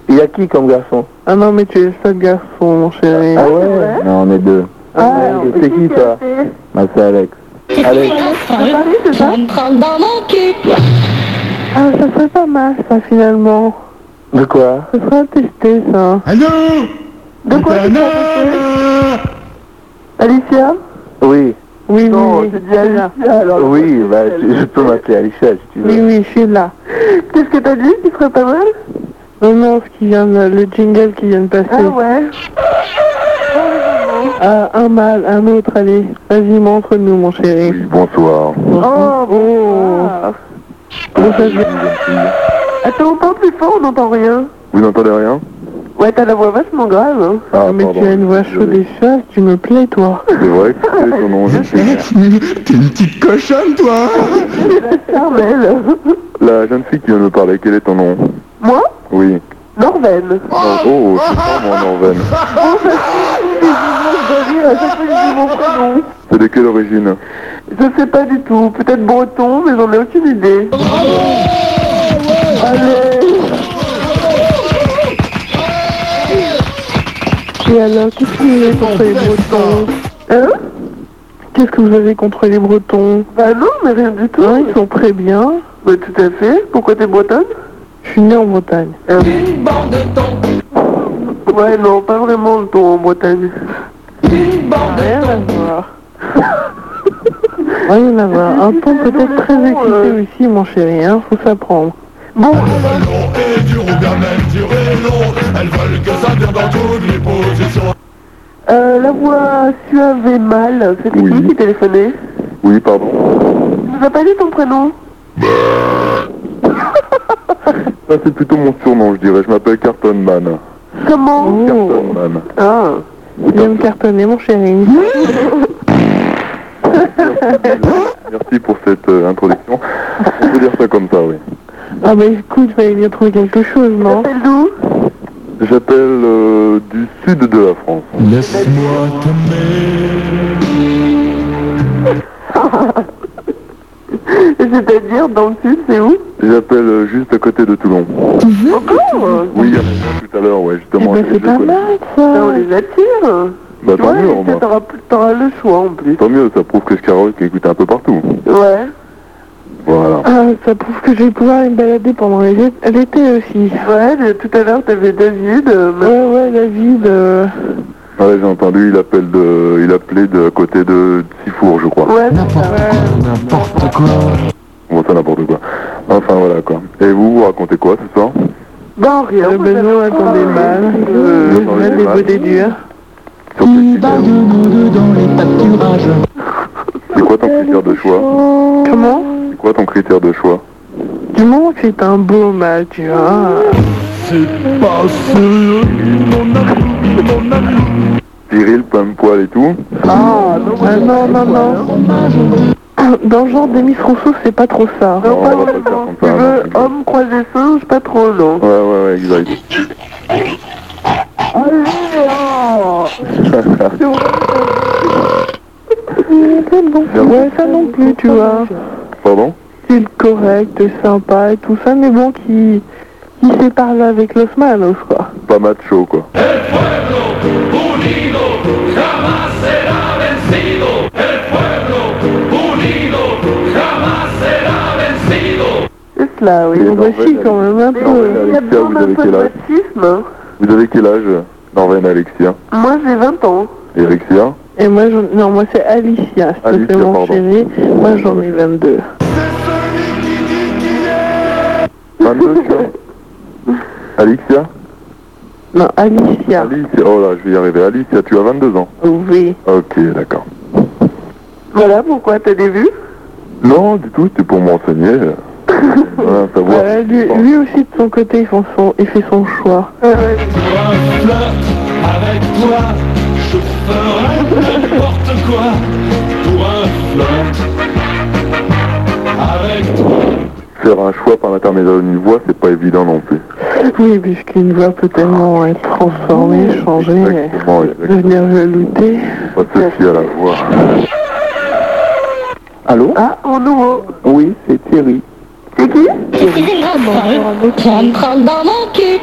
Speaker 6: Il y a qui comme garçon
Speaker 4: Ah non, mais tu es le seul garçon, mon chéri.
Speaker 6: ouais Non, on est deux.
Speaker 7: Ah,
Speaker 6: ouais, c'est qui, toi
Speaker 7: c'est-
Speaker 6: Bah, c'est Alex. Alex.
Speaker 7: Paris, c'est ça
Speaker 12: Rentre dans mon cul.
Speaker 4: Ah, ça serait pas mal, ça, finalement.
Speaker 6: De quoi
Speaker 4: Ça serait à tester, ça.
Speaker 3: Allô
Speaker 7: De quoi tu parles
Speaker 3: Nana
Speaker 7: Alicia
Speaker 6: Oui.
Speaker 4: Oui,
Speaker 7: Non,
Speaker 4: oui,
Speaker 7: c'est
Speaker 4: oui.
Speaker 7: dit Alicia, alors.
Speaker 6: Oui, bah, tu- je peux m'appeler Alicia, si tu
Speaker 4: Oui,
Speaker 6: veux.
Speaker 4: oui, je suis là.
Speaker 7: Qu'est-ce que t'as dit qui serait pas mal
Speaker 4: Non, non, ce qui vient de- le jingle qui vient de passer.
Speaker 7: Ah ouais
Speaker 4: Ah, un mal, un autre, allez. Vas-y, montre-nous, mon chéri.
Speaker 5: bonsoir.
Speaker 7: Oh, bon.
Speaker 4: Bon, ça, je-
Speaker 7: Attends, on parle Ah, plus fort, on n'entend rien.
Speaker 5: Vous n'entendez rien
Speaker 7: Ouais, t'as la voix vachement grave, hein.
Speaker 5: Ah,
Speaker 4: mais
Speaker 5: pardon,
Speaker 4: tu as une voix chaude
Speaker 5: désolé.
Speaker 4: et chaude, tu me plais, toi.
Speaker 5: C'est vrai que c'est ton nom, je sais.
Speaker 3: Eh, T'es une petite cochonne, toi hein.
Speaker 7: Carmel.
Speaker 5: La jeune fille qui vient de me parler, quel est ton nom
Speaker 7: Moi
Speaker 5: Oui.
Speaker 6: Norven.
Speaker 7: Ah.
Speaker 5: Oh, c'est pas mon Norven.
Speaker 6: Oh, ça fait des
Speaker 4: Ah.
Speaker 6: immenses de rire à chaque fois que je dis mon prénom.
Speaker 5: C'est de quelle origine
Speaker 6: Je sais pas du tout. Peut-être breton, mais j'en ai aucune idée. Allez
Speaker 7: Et alors, qu'est-ce que vous avez contre les Bretons
Speaker 6: Hein
Speaker 7: Qu'est-ce que vous avez contre les Bretons
Speaker 6: Bah non, mais rien du tout.
Speaker 7: Non, ils sont très bien.
Speaker 6: Bah tout à fait. Pourquoi t'es bretonne
Speaker 7: Je suis née en Bretagne.
Speaker 6: Une bande de ton. Ouais, non, pas vraiment le ton en Bretagne.
Speaker 7: Rien à voir. Rien à voir. Un temps peut-être très excité aussi, mon chéri. Hein. Faut s'apprendre.
Speaker 6: euh. Bon,
Speaker 8: melon et du rougain, même du rélo. Elles veulent que ça dure dans toutes les positions.
Speaker 6: euh, la voix suave et mal, c'était
Speaker 5: Oui.
Speaker 6: qui qui téléphonait
Speaker 5: Oui, pardon.
Speaker 6: Tu nous as pas dit ton prénom
Speaker 5: Ça, c'est plutôt mon surnom, je dirais. Je m'appelle Carton Man.
Speaker 6: Comment
Speaker 7: Oh,
Speaker 5: Carton Man.
Speaker 6: Ah,
Speaker 7: viens me cartonner, mon chéri.
Speaker 5: Merci pour cette euh, introduction. On peut dire ça comme ça, oui.
Speaker 7: Ah bah écoute, fallait bien trouver quelque chose, non
Speaker 6: t'appelles d'où
Speaker 5: J'appelle euh, du sud de la France.
Speaker 8: Laisse-moi t'aimer.
Speaker 6: C'est-à-dire, dans le sud, c'est où
Speaker 5: J'appelle euh, juste à côté de Toulon.
Speaker 6: Encore
Speaker 5: Oui, euh, tout à l'heure, ouais,
Speaker 7: Eh
Speaker 5: justement.
Speaker 7: ben
Speaker 5: je- je
Speaker 7: c'est pas
Speaker 5: connais.
Speaker 7: mal,
Speaker 6: Ça,
Speaker 7: Oh, ça.
Speaker 6: on les attire
Speaker 5: Bah,
Speaker 6: Tu
Speaker 5: tant
Speaker 6: vois,
Speaker 5: mieux,
Speaker 6: et
Speaker 5: au
Speaker 6: ça,
Speaker 5: moins.
Speaker 6: t'auras t'auras le choix en plus.
Speaker 5: Tant mieux, ça prouve que Skyrock est écouté un peu partout.
Speaker 6: Ouais.
Speaker 5: Voilà.
Speaker 7: Ah, ça prouve que je vais pouvoir me balader pendant les é- l'été aussi.
Speaker 6: Ouais, mais tout à l'heure, t'avais David. euh,
Speaker 7: Ouais, ouais, David. euh,
Speaker 5: Ah Ouais, j'ai entendu, il appelle de, il appelait de côté de Sifour, je crois.
Speaker 6: Ouais, c'est ça.
Speaker 8: N'importe quoi.
Speaker 5: Bon, ça n'importe quoi. Enfin, voilà, quoi. Et vous, vous racontez quoi ce soir
Speaker 6: Bon, rien.
Speaker 7: Le
Speaker 6: moi, j'avais-
Speaker 7: Benoît ben, attendait mal.
Speaker 6: Euh,
Speaker 7: Le Benoît des beaux des durs.
Speaker 5: Sur quel critère C'est quoi ton critère de choix
Speaker 7: Comment
Speaker 5: C'est quoi ton critère de choix
Speaker 7: Du moment que c'est un beau hein. mal, tu vois.
Speaker 8: C'est pas sérieux, mon ami, mon ami.
Speaker 5: Viril, plein de poils et tout
Speaker 7: Ah, non, non, non. Dans le genre d'Emis Rousseau, c'est pas trop ça.
Speaker 5: Non,
Speaker 6: Non, pas
Speaker 5: on va pas le faire
Speaker 6: vraiment.
Speaker 5: comme
Speaker 6: Tu
Speaker 5: ça, non,
Speaker 6: veux
Speaker 5: c'est bon.
Speaker 6: homme croisé singe, pas trop, non.
Speaker 5: Ouais, ouais, ouais, exact.
Speaker 7: Oh, Ouais, ça non plus, tu vois.
Speaker 5: Pardon
Speaker 7: C'est le correct, sympa et tout ça, mais bon, qui, qui s'est parlé avec Los Manos, quoi.
Speaker 5: Pas macho, quoi.
Speaker 6: C'est cela, oui.
Speaker 5: Et
Speaker 7: Bon, bah
Speaker 5: Norvège,
Speaker 7: si, quand même, un
Speaker 6: Mais
Speaker 7: peu.
Speaker 5: Norvège,
Speaker 6: il y a
Speaker 5: Alexia,
Speaker 6: besoin d'un
Speaker 5: vous
Speaker 6: peu de
Speaker 5: avez quel âge
Speaker 6: machisme. hein.
Speaker 5: Vous avez quel âge, Norven Alexia
Speaker 6: Moi, j'ai 20 ans.
Speaker 5: Et Alexia
Speaker 7: Et moi, j'en- non, moi c'est Alicia,
Speaker 5: Alicia,
Speaker 7: c'est mon
Speaker 5: pardon.
Speaker 7: chéri. Moi j'en ai 22.
Speaker 5: 22, tu vois Alexia
Speaker 7: Non,
Speaker 6: Ah.
Speaker 7: Alicia,
Speaker 5: Alicia, oh là, je vais y arriver. Alicia, tu as 22 ans.
Speaker 7: oui.
Speaker 5: Ok, d'accord.
Speaker 6: Oh Voilà pourquoi t'as des vues.
Speaker 5: Non, du tout, c'était pour m'enseigner. Voilà, savoir.
Speaker 7: Voilà, lui, lui aussi de son côté, il fait son, il fait son choix.
Speaker 8: Toi, flotte avec toi, je ferai n'importe quoi. Toi, flotte avec toi.
Speaker 5: Faire un choix par l'intermédiaire d'une voix, c'est pas évident non plus.
Speaker 7: Oui, puisqu'une voix peut tellement être transformée, changée,
Speaker 5: Exactement, exactement.
Speaker 7: devenir veloutée.
Speaker 5: Pas de souci à la voix. Allô
Speaker 6: Ah, en nouveau.
Speaker 5: Oui, c'est Thierry.
Speaker 6: C'est qui
Speaker 15: Ça me prend dans mon cul.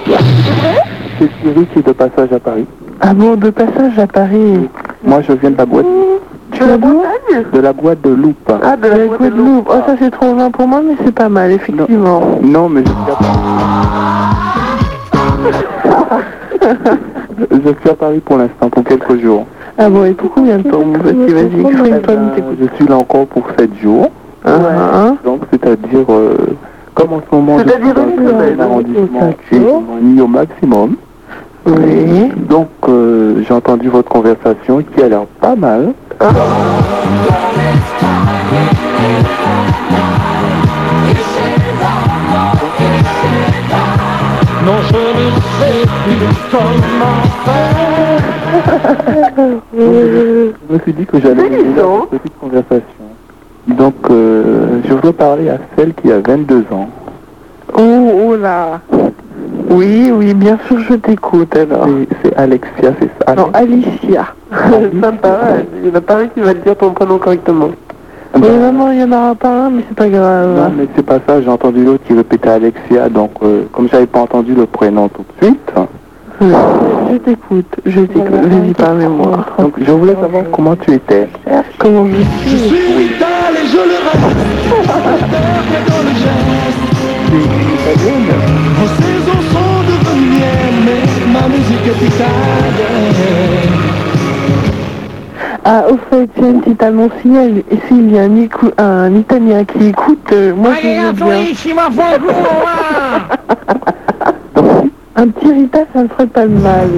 Speaker 5: C'est Thierry qui est de passage à Paris.
Speaker 7: Ah bon, de passage à Paris.
Speaker 5: Moi, je viens de la boîte
Speaker 6: De la Bretagne
Speaker 5: de, la boîte de Loupe.
Speaker 6: Ah, de la
Speaker 7: La
Speaker 6: Guadeloupe.
Speaker 7: Guadeloupe. Oh, ça c'est trop loin pour moi, mais c'est pas mal, effectivement.
Speaker 5: Non, mais je suis à Paris. je suis à Paris pour l'instant, pour quelques jours.
Speaker 7: Ah bon, et pour combien de temps, mon petit Vas-y, exprime-toi, nous t'écoutons.
Speaker 5: je suis là encore pour 7 jours.
Speaker 7: Ah,
Speaker 5: Donc, c'est-à-dire, euh, comme en ce moment, je suis
Speaker 6: C'est-à-dire
Speaker 5: dans
Speaker 6: une
Speaker 5: un
Speaker 6: semaine,
Speaker 5: arrondissement
Speaker 7: donc,
Speaker 5: qui est
Speaker 7: d'accord.
Speaker 5: mis au maximum,
Speaker 7: ah, oui.
Speaker 5: donc euh, j'ai entendu votre conversation qui a l'air pas mal.
Speaker 8: Non, je ne sais plus comment faire.
Speaker 5: Je me suis dit que j'allais
Speaker 6: Mais
Speaker 5: vous
Speaker 6: dis
Speaker 5: donner
Speaker 6: donc.
Speaker 5: une petite conversation. Donc, euh, je veux parler à celle qui a 22 ans.
Speaker 7: Oh, oh là. Oui, oui, bien sûr, je t'écoute alors.
Speaker 16: C'est Alexia, c'est ça.
Speaker 7: Non, Alicia.
Speaker 10: Sympa, ouais. il n'y en a pas un qui va te dire ton prénom correctement.
Speaker 7: Oui, maman, Ah, il y en aura pas un, mais c'est pas grave.
Speaker 6: Ah, Non, mais c'est pas ça, j'ai entendu l'autre qui veut péter Alexia, donc euh, comme j'avais pas entendu le prénom tout de suite,
Speaker 7: Euh, Je t'écoute, je t'écoute, je dis pas, mais moi.
Speaker 6: donc je voulais savoir comment tu étais.
Speaker 7: Comment je suis
Speaker 5: Vos saisons sont devenues miennes, mais ma musique est italienne.
Speaker 7: Ah, au fait, j'ai une petite annonce signale. Et s'il y a un, écou- un Italien qui écoute, euh, moi je veux bien. Un petit Rita, ça me ferait pas de mal.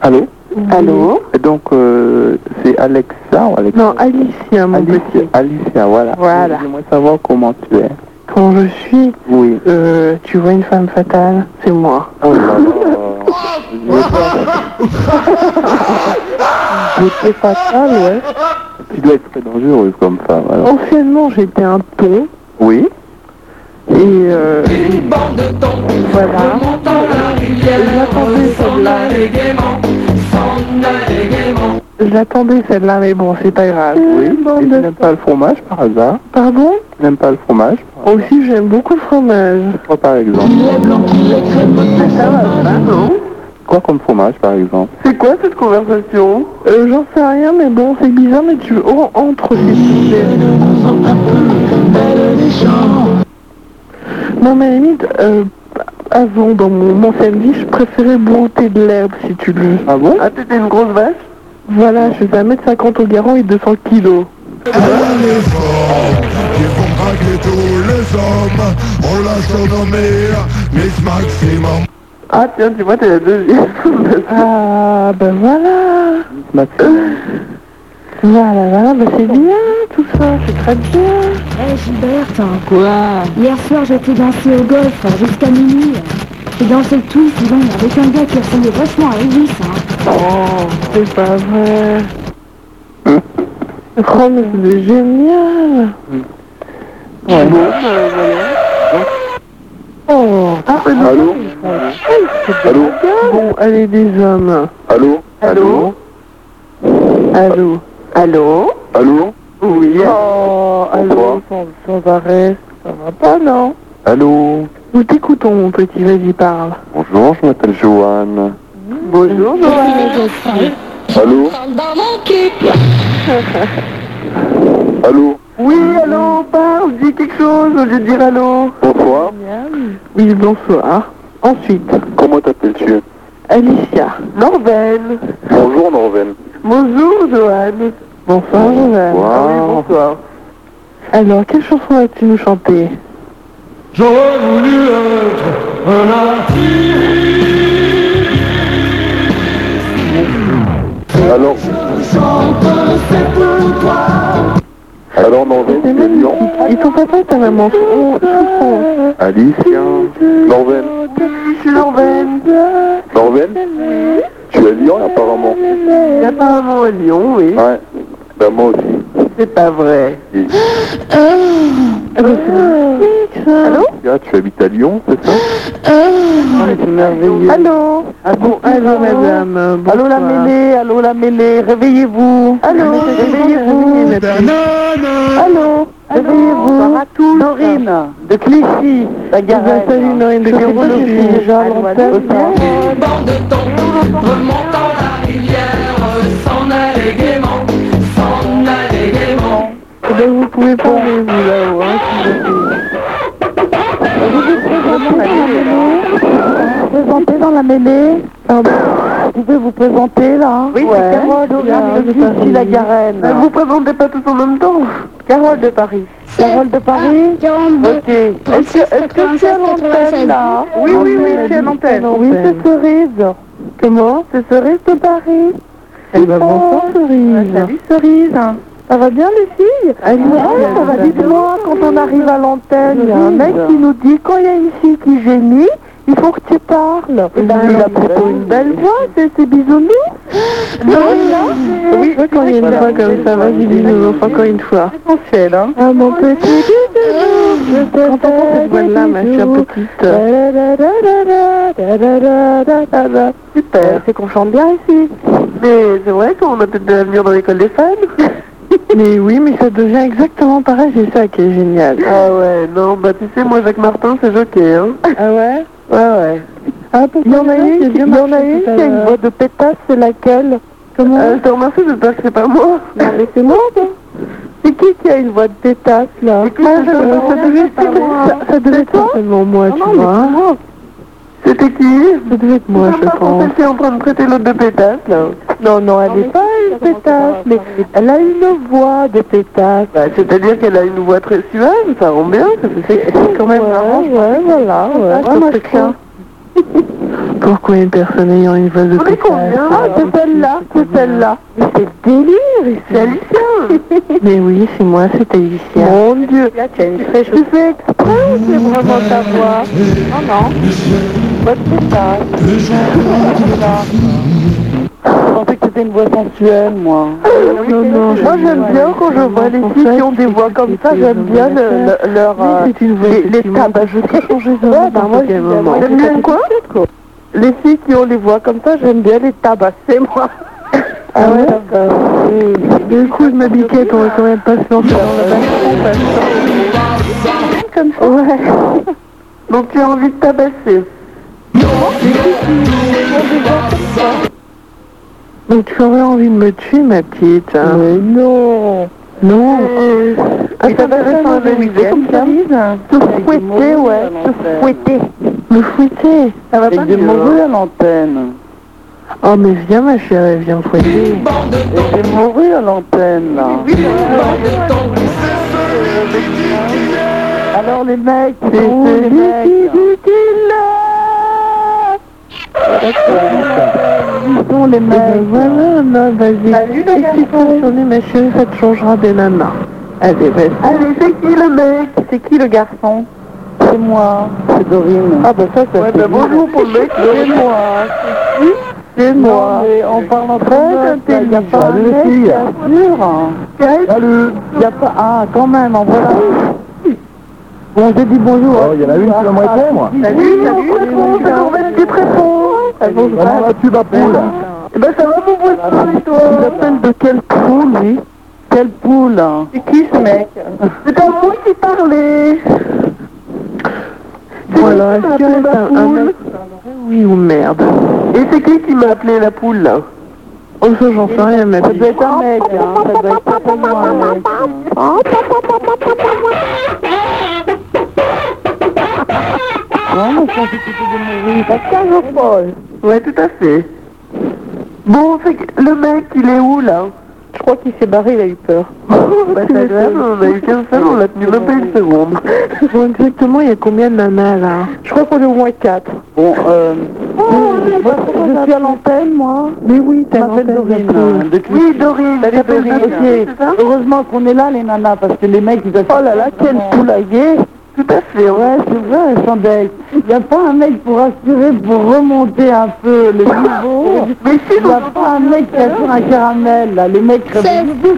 Speaker 6: Allô
Speaker 7: Allô
Speaker 6: Et Donc euh, c'est Alexa ou Alexa
Speaker 7: Non, Alicia, mon
Speaker 6: Alicia,
Speaker 7: petit.
Speaker 6: Alicia, voilà.
Speaker 7: Voilà.
Speaker 6: J'aimerais savoir comment tu es.
Speaker 7: Quand je suis,
Speaker 6: Oui.
Speaker 7: euh, tu vois une femme fatale, c'est moi.
Speaker 6: Oh là là.
Speaker 7: J'étais fatale, Ah ouais.
Speaker 6: tu dois être très dangereuse comme femme. Alors.
Speaker 7: Anciennement, j'étais un ton.
Speaker 6: Oui.
Speaker 7: Et euh, voilà. J'attendais celle-là. J'attendais celle-là, mais bon, c'est pas grave. Euh,
Speaker 6: Oui. Et tu n'aimes pas le fromage par hasard
Speaker 7: Pardon
Speaker 6: Tu n'aimes pas le fromage
Speaker 7: Aussi, j'aime beaucoup le fromage.
Speaker 6: Quoi par exemple
Speaker 10: Non
Speaker 6: Quoi comme fromage par exemple
Speaker 10: C'est quoi cette conversation
Speaker 7: Euh, J'en sais rien, mais bon, c'est bizarre, mais tu en- entre ces sujets. Non, mais à la limite, euh, avant, dans mon, mon samedi, je préférais brouter de l'herbe, si tu veux.
Speaker 6: Ah bon
Speaker 10: Ah, t'étais une grosse vache
Speaker 7: Voilà, je fais 1m50 au garant et 200 kilos.
Speaker 5: Elle est forte, ils font craquer tous les hommes. On l'a surnommée Miss Maximum.
Speaker 10: Ah, tiens, tu vois, t'es la deuxième.
Speaker 7: Ah, ben voilà Voilà, voilà, ben c'est bien, tout ça, c'est très bien.
Speaker 12: Eh Gilbert Quoi Hier soir j'étais dansé au golf euh, jusqu'à minuit. euh. J'ai dansé le twist, dis donc, avec un gars qui ressemblait vachement à Elvis. Hein.
Speaker 7: Oh, c'est pas vrai. Oh, mais c'est génial.
Speaker 6: ben,
Speaker 7: Oh, ah,
Speaker 17: Allô Allô
Speaker 7: bon, allez, des hommes.
Speaker 17: Allô
Speaker 10: Allô
Speaker 7: Allô.
Speaker 10: Allô
Speaker 17: Allô
Speaker 10: Oui.
Speaker 7: Oh, allô, sans, sans arrêt. Ça va pas, non
Speaker 6: Allô
Speaker 7: Nous t'écoutons, mon petit, vas-y, parle.
Speaker 6: Bonjour, je m'appelle Joanne.
Speaker 10: Bonjour, Joël.
Speaker 17: Allô
Speaker 12: Parle dans mon cul.
Speaker 17: Allô
Speaker 10: Oui, allô, parle, dis quelque chose au lieu de dire allô.
Speaker 17: Bonsoir,
Speaker 7: Oui, bonsoir. Ensuite,
Speaker 17: comment t'appelles-tu
Speaker 7: Alicia.
Speaker 10: Norven.
Speaker 17: Bonjour Norven.
Speaker 10: Bonjour, Joanne.
Speaker 7: Bonsoir, Joël.
Speaker 10: Ah oui,
Speaker 6: Wow.
Speaker 10: bonsoir.
Speaker 7: Alors, quelle chanson vas-tu nous chanter
Speaker 5: J'aurais voulu être un
Speaker 17: Alors Alors Norven, tu es Lyon
Speaker 7: Et ton papa et ta maman sont sont-
Speaker 6: Alicia.
Speaker 17: Norven,
Speaker 10: Je suis Norven.
Speaker 17: Norven Tu es Lyon apparemment.
Speaker 10: Il y a pas maman à Lyon, oui.
Speaker 17: Ouais. Ben moi aussi.
Speaker 10: C'est pas vrai.
Speaker 7: Ah, bah, c'est magnifique, ça.
Speaker 6: Alicia, tu habites à Lyon, c'est ça
Speaker 10: c'est merveilleux. Allô
Speaker 7: Ah bon, allô madame. euh,
Speaker 10: Allô la
Speaker 7: bonsoir.
Speaker 10: mêlée, allô la mêlée, réveillez-vous. Allô, réveillez-vous.
Speaker 5: Nana
Speaker 10: Allô, réveillez-vous. Dorine, de Clichy, la
Speaker 7: Eh ben, salut Norine de Gabon, je suis déjà à l'antenne. Eh ben, vous pouvez parler, vous, là-haut, hein, s'il vous plaît.
Speaker 2: Présentez dans la mêlée.
Speaker 7: Pardon.
Speaker 2: Vous pouvez vous présenter là
Speaker 10: Oui, c'est Carole,
Speaker 7: Carole de Paris.
Speaker 2: Ici la Garenne.
Speaker 10: Ne vous présentez pas tous en même temps.
Speaker 2: Carole de Paris. Carole de Paris
Speaker 12: 42,
Speaker 10: Ok. Euh, Est-ce que, est-ce que c'est à
Speaker 12: 96,
Speaker 10: l'antenne, là
Speaker 12: 96.
Speaker 10: Oui, oui, oui, c'est à l'antenne.
Speaker 2: Oui, c'est Cerise.
Speaker 7: Comment
Speaker 2: C'est Cerise de Paris.
Speaker 7: Oh, Eh ben bonsoir Cerise.
Speaker 2: Cerise.
Speaker 7: Ça va bien les filles
Speaker 2: Ah, Ouais,
Speaker 7: ça va. Dites-moi, quand on arrive à l'antenne, il y a un mec
Speaker 2: Horrible.
Speaker 7: qui nous dit quand il y a une fille qui gémit, il faut que tu parles.
Speaker 2: Eh
Speaker 7: Et ben, il a plutôt une belle voix, c'est c'est bisounours.
Speaker 2: Ah, Oui, quand il y a une voix comme ça, vas-y, dis-nous encore une fois. Essentiel, hein
Speaker 7: Ah mon petit bisounours, je te Quand on cette
Speaker 2: voix-là, ma chère euh,
Speaker 7: petite. Super, c'est qu'on chante bien ici.
Speaker 18: Mais c'est vrai qu'on a peut-être de l'avenir dans l'école des femmes.
Speaker 2: Mais oui, mais ça devient exactement pareil, c'est ça qui est génial.
Speaker 18: Ah ouais, non, bah tu sais, moi, Jacques Martin, c'est jockey, hein.
Speaker 2: Ah ouais
Speaker 18: Ouais, ouais.
Speaker 2: Ah, pourquoi
Speaker 7: Il y en a
Speaker 2: ça,
Speaker 7: une, qui-
Speaker 2: c'est bien
Speaker 7: il y en a
Speaker 2: marché
Speaker 7: une
Speaker 2: tout
Speaker 7: qui
Speaker 2: à
Speaker 7: a une
Speaker 2: l'heure.
Speaker 7: voix de pétasse, c'est laquelle
Speaker 2: Comment
Speaker 18: Euh, je te remercie, j'espère que c'est pas moi.
Speaker 7: Non mais c'est moi ça. C'est qui qui a une voix de pétasse là
Speaker 18: Écoute,
Speaker 7: Ah,
Speaker 18: je-
Speaker 7: je-
Speaker 18: ça
Speaker 7: ça devait être moi.
Speaker 2: Ça, ça devait être seulement moi, tu vois.
Speaker 18: C'était qui
Speaker 2: Ça devait être moi, je
Speaker 18: Sympa quand
Speaker 2: pense.
Speaker 18: celle qui est en train de traiter l'autre de pétasse, là.
Speaker 7: Non, non, elle n'est pas une pétasse, mais elle a une voix de pétasse.
Speaker 18: Bah, c'est-à-dire qu'elle a une voix très suave, ça rend bien, ça fait sexy, quand même.
Speaker 7: Ouais, ouais, voilà, ouais.
Speaker 2: Ah, moi, je crois. Pourquoi une personne ayant une voix de
Speaker 18: On est combien
Speaker 7: Ah, c'est celle-là, c'est celle-là. Mais c'est délire,
Speaker 18: C'est Alicia
Speaker 2: Mais Eh oui, c'est moi, c'est Alicia.
Speaker 7: Mon Dieu. Là, tu as une Mm. très Tu fais exprès ou c'est vraiment ta voix Non, non. Voix de pétasse. Je pensais que c'était une voix sensuelle, moi.
Speaker 2: Non, non,
Speaker 7: Moi j'aime bien quand je vois les filles qui ont des voix comme ça, j'aime bien le- le- leur...
Speaker 2: Oui,
Speaker 7: euh,
Speaker 2: c'est une voix,
Speaker 7: les- les
Speaker 2: effectivement.
Speaker 7: tabacs.
Speaker 2: Je peux changer de
Speaker 7: Ouais, bah,
Speaker 2: voix
Speaker 7: moi,
Speaker 2: n'importe quel
Speaker 7: j'aime
Speaker 2: moment.
Speaker 7: bien. J'aime bien quoi Les filles qui ont les voix comme ça, j'aime bien les tabasser, moi.
Speaker 2: Ah ouais Du coup, je m'habillais pour quand même pas se lancer dans la
Speaker 7: Comme ça Ouais.
Speaker 18: Donc tu as envie de tabasser.
Speaker 2: Donc tu aurais envie de me tuer, ma petite. hein.
Speaker 7: Mais non
Speaker 2: Non.
Speaker 7: Ah,
Speaker 18: Et ça va faire un
Speaker 7: le
Speaker 18: week-end,
Speaker 7: week-end,
Speaker 2: hein.
Speaker 18: ça
Speaker 7: ça Te fouetter, ouais, te fouetter.
Speaker 2: Me fouetter.
Speaker 7: Ça va hein.
Speaker 18: pas mieux,
Speaker 7: à l'antenne.
Speaker 2: Oh, mais viens, ma chérie, viens me fouetter.
Speaker 7: Je vais mourir à l'antenne, là. Alors, les mecs, c'est
Speaker 2: celui qui
Speaker 7: dit qu'il Ils sont les
Speaker 2: Eh ben
Speaker 7: mecs.
Speaker 2: voilà, non, vas-y.
Speaker 18: Salut, le
Speaker 2: Excite ta journée, ma chérie, ça te changera des nanas. Allez, vas-y.
Speaker 7: Allez, c'est qui le mec C'est qui le garçon C'est moi. C'est Dorine. Ah bah ça, ça
Speaker 18: Ouais, bah bonjour pour le mec.
Speaker 7: C'est moi. C'est moi. on parle en très
Speaker 6: il y a
Speaker 7: intelligent.
Speaker 6: pas un Salut, les mec, filles. bien Salut
Speaker 7: hein. Il n'y a pas un, quand même, en voilà. Bon, j'ai dit bonjour.
Speaker 6: Oh, il y en a une qui va me répondre
Speaker 18: Salut, salut, bonjour, c'est Corvette qui est très fort.
Speaker 6: Comment vas-tu, ma poule
Speaker 18: Eh ben ça va mon poisson et toi
Speaker 7: Il appelle de quelle poule, lui Quelle poule
Speaker 18: C'est qui ce mec C'est à moi qui parlais. C'est
Speaker 2: Voilà,
Speaker 18: qui qui
Speaker 2: est-ce
Speaker 18: m'a
Speaker 2: qu'il
Speaker 18: appelé
Speaker 2: reste
Speaker 18: la
Speaker 2: un, un
Speaker 18: poule
Speaker 2: mec qui parlerait Oui ou merde
Speaker 18: Et c'est qui qui m'a appelé la poule là
Speaker 2: Oh, ça, j'en sais rien, ma
Speaker 7: Ça doit
Speaker 2: petite.
Speaker 7: être un mec, hein. Ça doit être certainement un mec. Non, mais je pensais que c'était des T'as 15 jours folle.
Speaker 18: Ouais, tout à fait. Bon, c'est que- le mec, il est où là
Speaker 7: Je crois qu'il s'est barré, il a eu peur.
Speaker 18: Bah ça donne, on a eu qu'un seul, on l'a tenu même pas une seconde.
Speaker 2: Bon, exactement, il y a combien de nanas, là
Speaker 7: Je crois qu'on est au moins 4. Bon, euh... je suis à l'antenne, moi.
Speaker 2: Mais oui,
Speaker 7: Je
Speaker 2: t'as
Speaker 7: m'appelle
Speaker 2: l'appel
Speaker 7: Dorine.
Speaker 2: de
Speaker 7: de Clichy.
Speaker 18: Oui, Dorine,
Speaker 7: Elle s'appelle
Speaker 18: Dorine,
Speaker 7: Dorine,
Speaker 18: c'est
Speaker 7: ok.
Speaker 18: ça
Speaker 7: Heureusement qu'on est là, les nanas, parce que les mecs, ils doivent... Oh là là, quel poulailler
Speaker 18: Tout à fait, ouais.
Speaker 7: Ouais, c'est vrai, Chandelle. Il n'y a pas un mec pour assurer, pour remonter un peu le niveau.
Speaker 18: Mais si,
Speaker 7: Il n'y a pas un mec qui assure un caramel, là. Les mecs réveillez-vous.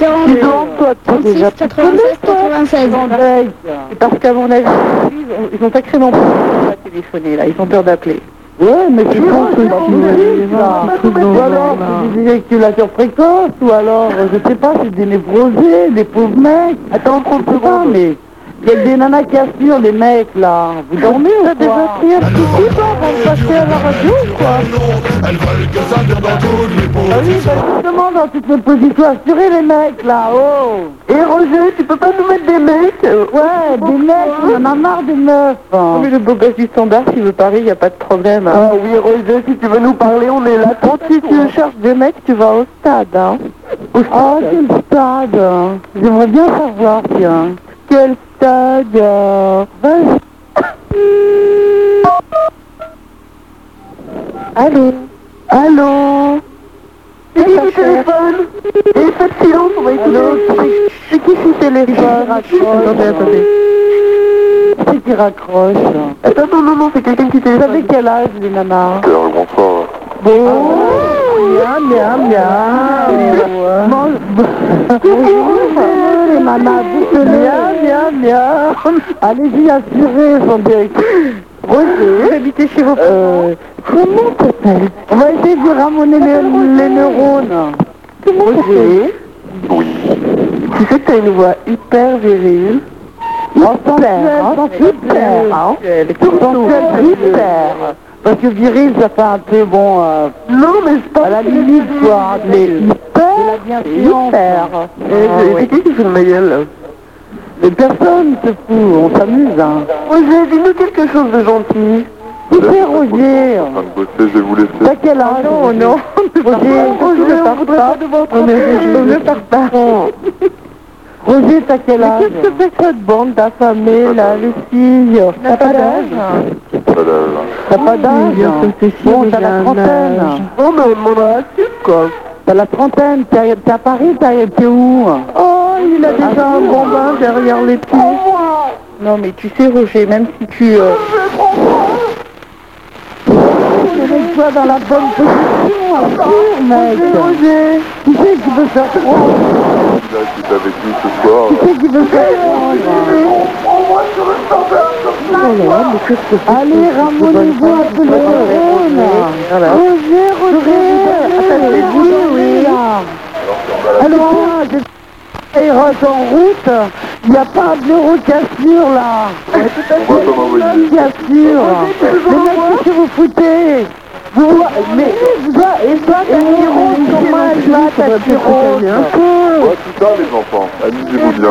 Speaker 7: Ils ont toi, toi, déjà. Tu connais, toi, Chandelle
Speaker 2: Parce qu'à mon avis, ils ont- ils ont sacrément peur de pas téléphoner, là. Ils ont peur d'appeler.
Speaker 7: Ouais, mais tu penses
Speaker 2: penses
Speaker 7: que
Speaker 2: qu'ils vont
Speaker 7: tu là.
Speaker 2: aller voir un truc dans
Speaker 7: Ou
Speaker 2: le
Speaker 7: alors,
Speaker 2: genre, là.
Speaker 7: c'est des éjaculations précoces, ou alors, euh, je sais pas, c'est des névrosés, des pauvres mecs. Attends, on peut pas, mais... Il y a des nanas qui assurent, les mecs, là. Vous dormez ou quoi déjà pris un petit coup,
Speaker 2: hein,
Speaker 7: avant de passer à la radio, quoi
Speaker 19: Elles veulent que ça dure dans toutes les
Speaker 7: Ah
Speaker 19: peaux
Speaker 7: oui, bah justement, dans toutes les positions assurées, les mecs, là,
Speaker 18: Et
Speaker 7: oh
Speaker 18: Roger, tu peux pas nous mettre des mecs euh,
Speaker 7: Ouais, des mecs, on en a marre des meufs hein.
Speaker 2: le beau gosse du standard, s'il veut parler, il n'y a pas de problème.
Speaker 18: Ah oui, Roger, si tu veux nous parler, on est là.
Speaker 7: Bon, si tu cherches des mecs, tu vas au stade, hein Oh, quel stade hein. J'aimerais bien savoir, tiens. Quel stade euh, Vas-y. Allô
Speaker 18: Allô C'est qui
Speaker 7: Ça
Speaker 18: qui
Speaker 7: cherche.
Speaker 18: téléphone
Speaker 20: téléphone Et faites silence, on va écouter.
Speaker 7: C'est qui ce téléphone Attendez, attendez. C'est qui raccroche Attends, non, non, non, c'est quelqu'un qui téléphone. Vous savez quel âge, les nanas
Speaker 5: bonsoir.
Speaker 7: Bon, bien, bien, bien. Bon, Bonjour, les nanas, dites-le. Bien, bien, bien. Allez-y, assurez, son directeur. Roger, habitez chez vos parents. Euh, comment t'appelles On va essayer de ramener les, les neurones. Roger
Speaker 20: Tu sais que t'as une voix hyper virile.
Speaker 7: Sensuel, sensuel, sensuel, hyper. Parce que viril, ça fait un peu bon. non, mais je pense à la limite, quoi. hein, Mais hyper, c'est hyper. Ah,
Speaker 20: C'est qui qui fait le maillot là
Speaker 7: Mais personne se fout, on s'amuse. Hein.
Speaker 20: Roger, dis-nous quelque chose de gentil.
Speaker 7: Écoutez, Roger,
Speaker 5: En train de bosser, je vais vous laisser.
Speaker 7: t'as quel âge Ah, Non, non. Roger, Roger, on voudrait pas On ne part pas. Roger, t'as quel âge Qu'est-ce que c'est que cette bande d'affamés, là, les filles T'as pas d'âge
Speaker 5: Pas d'âge.
Speaker 7: T'as pas d'âge
Speaker 21: bien sûr, c'est sûr,
Speaker 7: Bon,
Speaker 21: il
Speaker 7: t'as
Speaker 21: a
Speaker 7: la
Speaker 21: un
Speaker 7: trentaine.
Speaker 21: âge.
Speaker 7: Bon, mais on demande à quoi. T'as la trentaine, t'es à- t'es à Paris, t'es t'es où Oh, il a déjà un bon bain derrière les pieds. Oh, Non, mais tu sais, Roger, même si tu... Euh... toi dans la bonne position, hein, sûr, mec. Roger, Tu sais qu'il veut faire prendre.
Speaker 5: Là, qui est avec nous ce soir.
Speaker 7: Tu sais qu'il veut faire prendre.
Speaker 2: Oh,
Speaker 7: Allez, ramonez-vous un peu les neurones. Roger, Ah, Roger, oui, oui. là. Alors, j'ai et Ross en route, il n'y a pas un bureau cassure là.
Speaker 5: On va pas m'envoyer.
Speaker 7: Bien sûr. Mais mec, qu'est-ce que vous foutez vous, mais, vous, et toi, t'as une rose, comment elle va, t'as une rose
Speaker 5: Ouais, tout ça, les enfants. Amusez-vous bien.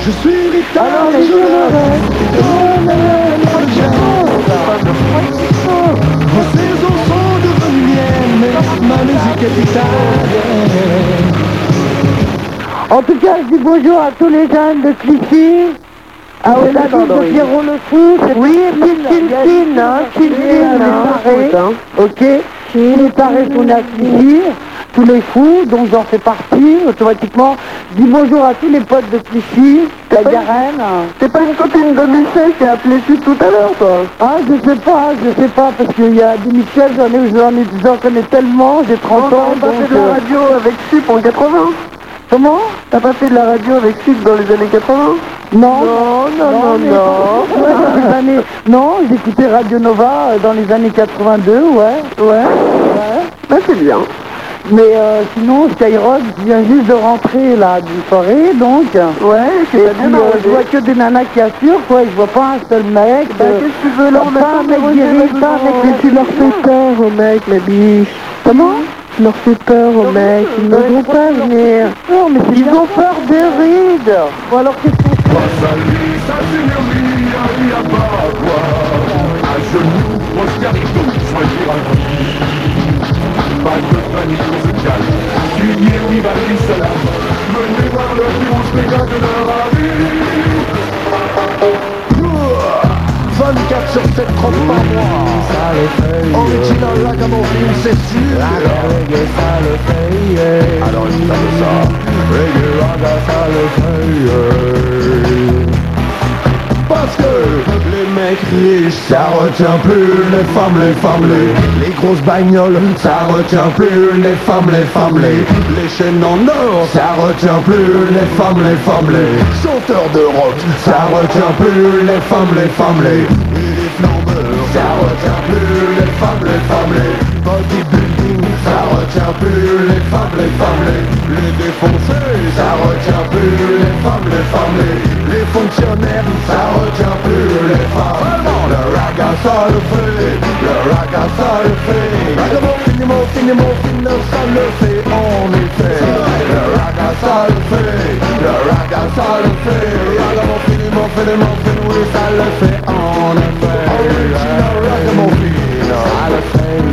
Speaker 8: Je suis Rita,
Speaker 7: Alors, les
Speaker 8: je
Speaker 7: jeunes,
Speaker 8: Vos saisons sont devenues miennes, ma musique est vitale.
Speaker 7: En tout cas, je dis bonjour à tous les jeunes de Clichy. Ah oui, la ville de Pierrot le Fou, c'est oui, Clintin, hein, Clintin, hein, ok, les tarés qu'on a à Clichy, tous les fous, dont j'en fais partie, automatiquement, je dis bonjour à tous les potes de Clichy, la Garenne,
Speaker 20: T'es pas une copine de Michel qui a appelé dessus tout à l'heure, toi
Speaker 7: ah, je sais pas, je sais pas, parce qu'il y a des Michel, j'en ai, j'en ai, j'en connais tellement, j'ai 30 ans,
Speaker 20: T'as pas
Speaker 7: donc,
Speaker 20: fait de la
Speaker 7: euh,
Speaker 20: radio avec Sup en 80
Speaker 7: comment
Speaker 20: T'as pas fait de la radio avec Sup dans les années 80
Speaker 7: Non, non,
Speaker 20: non,
Speaker 7: mais-
Speaker 20: non.
Speaker 7: Ouais, dans les années- Non, j'écoutais Radio Nova euh, dans les années 82, ouais, ouais, ouais.
Speaker 20: Bah c'est bien.
Speaker 7: Mais euh, sinon, Skyrock vient juste de rentrer là d'une soirée, donc. euh,
Speaker 20: Ouais,
Speaker 7: Et
Speaker 20: c'est pas
Speaker 7: puis,
Speaker 20: bien
Speaker 7: euh,
Speaker 20: d'arriver.
Speaker 7: je vois que des nanas qui assurent, quoi, et je vois pas un seul mec.
Speaker 20: Bah
Speaker 7: euh,
Speaker 20: qu'est-ce que tu veux là, on a
Speaker 7: pas un mec guéri, pas un mec, mais tu leur fais peur au mec, ma biche. Comment Tu leur fais peur au mec, ils
Speaker 20: euh,
Speaker 7: n'osent pas venir. Ils ont peur des rides. Bon alors qu'est-ce qu'on fait
Speaker 8: Salut, sa seigneurie, il n'y a pas à voir. À genoux, Roscarito, soyez ravis. Pas de panique musicale, signé Vivaldi Salam. Venez voir le plus beau spectacle de leur avis. 24 sur 7, 30 par mois. Original like mon film, c'est sûr. Alors une ça de ça. Reggae, raga, ça le fait. Parce que les mecs riches, ça retient plus les femmes, les femmes, les, les grosses bagnoles, ça retient plus les femmes, les femmes, les, les chaînes en or, ça retient plus les femmes, les femmes, les chanteurs de rock, ça retient plus les femmes, les femmes, les, et les flambeurs, ça retient plus les femmes, les femmes, les bodybuilding, ça retient plus les femmes, les femmes, les, les défoncés, ça retient plus les femmes, les femmes, les, les fonctionnaires, ça retient plus les femmes. Non, le raga, ça le fait, le raga, ça le fait. Ragamo, finimo, finimo, fino, ça le fait, en effet. Le raga, ça le fait, le raga, ça le fait. Ragamo, finimo, finimo, fino, oui, ça le fait, en effet. Original ragamofino, ça le fait.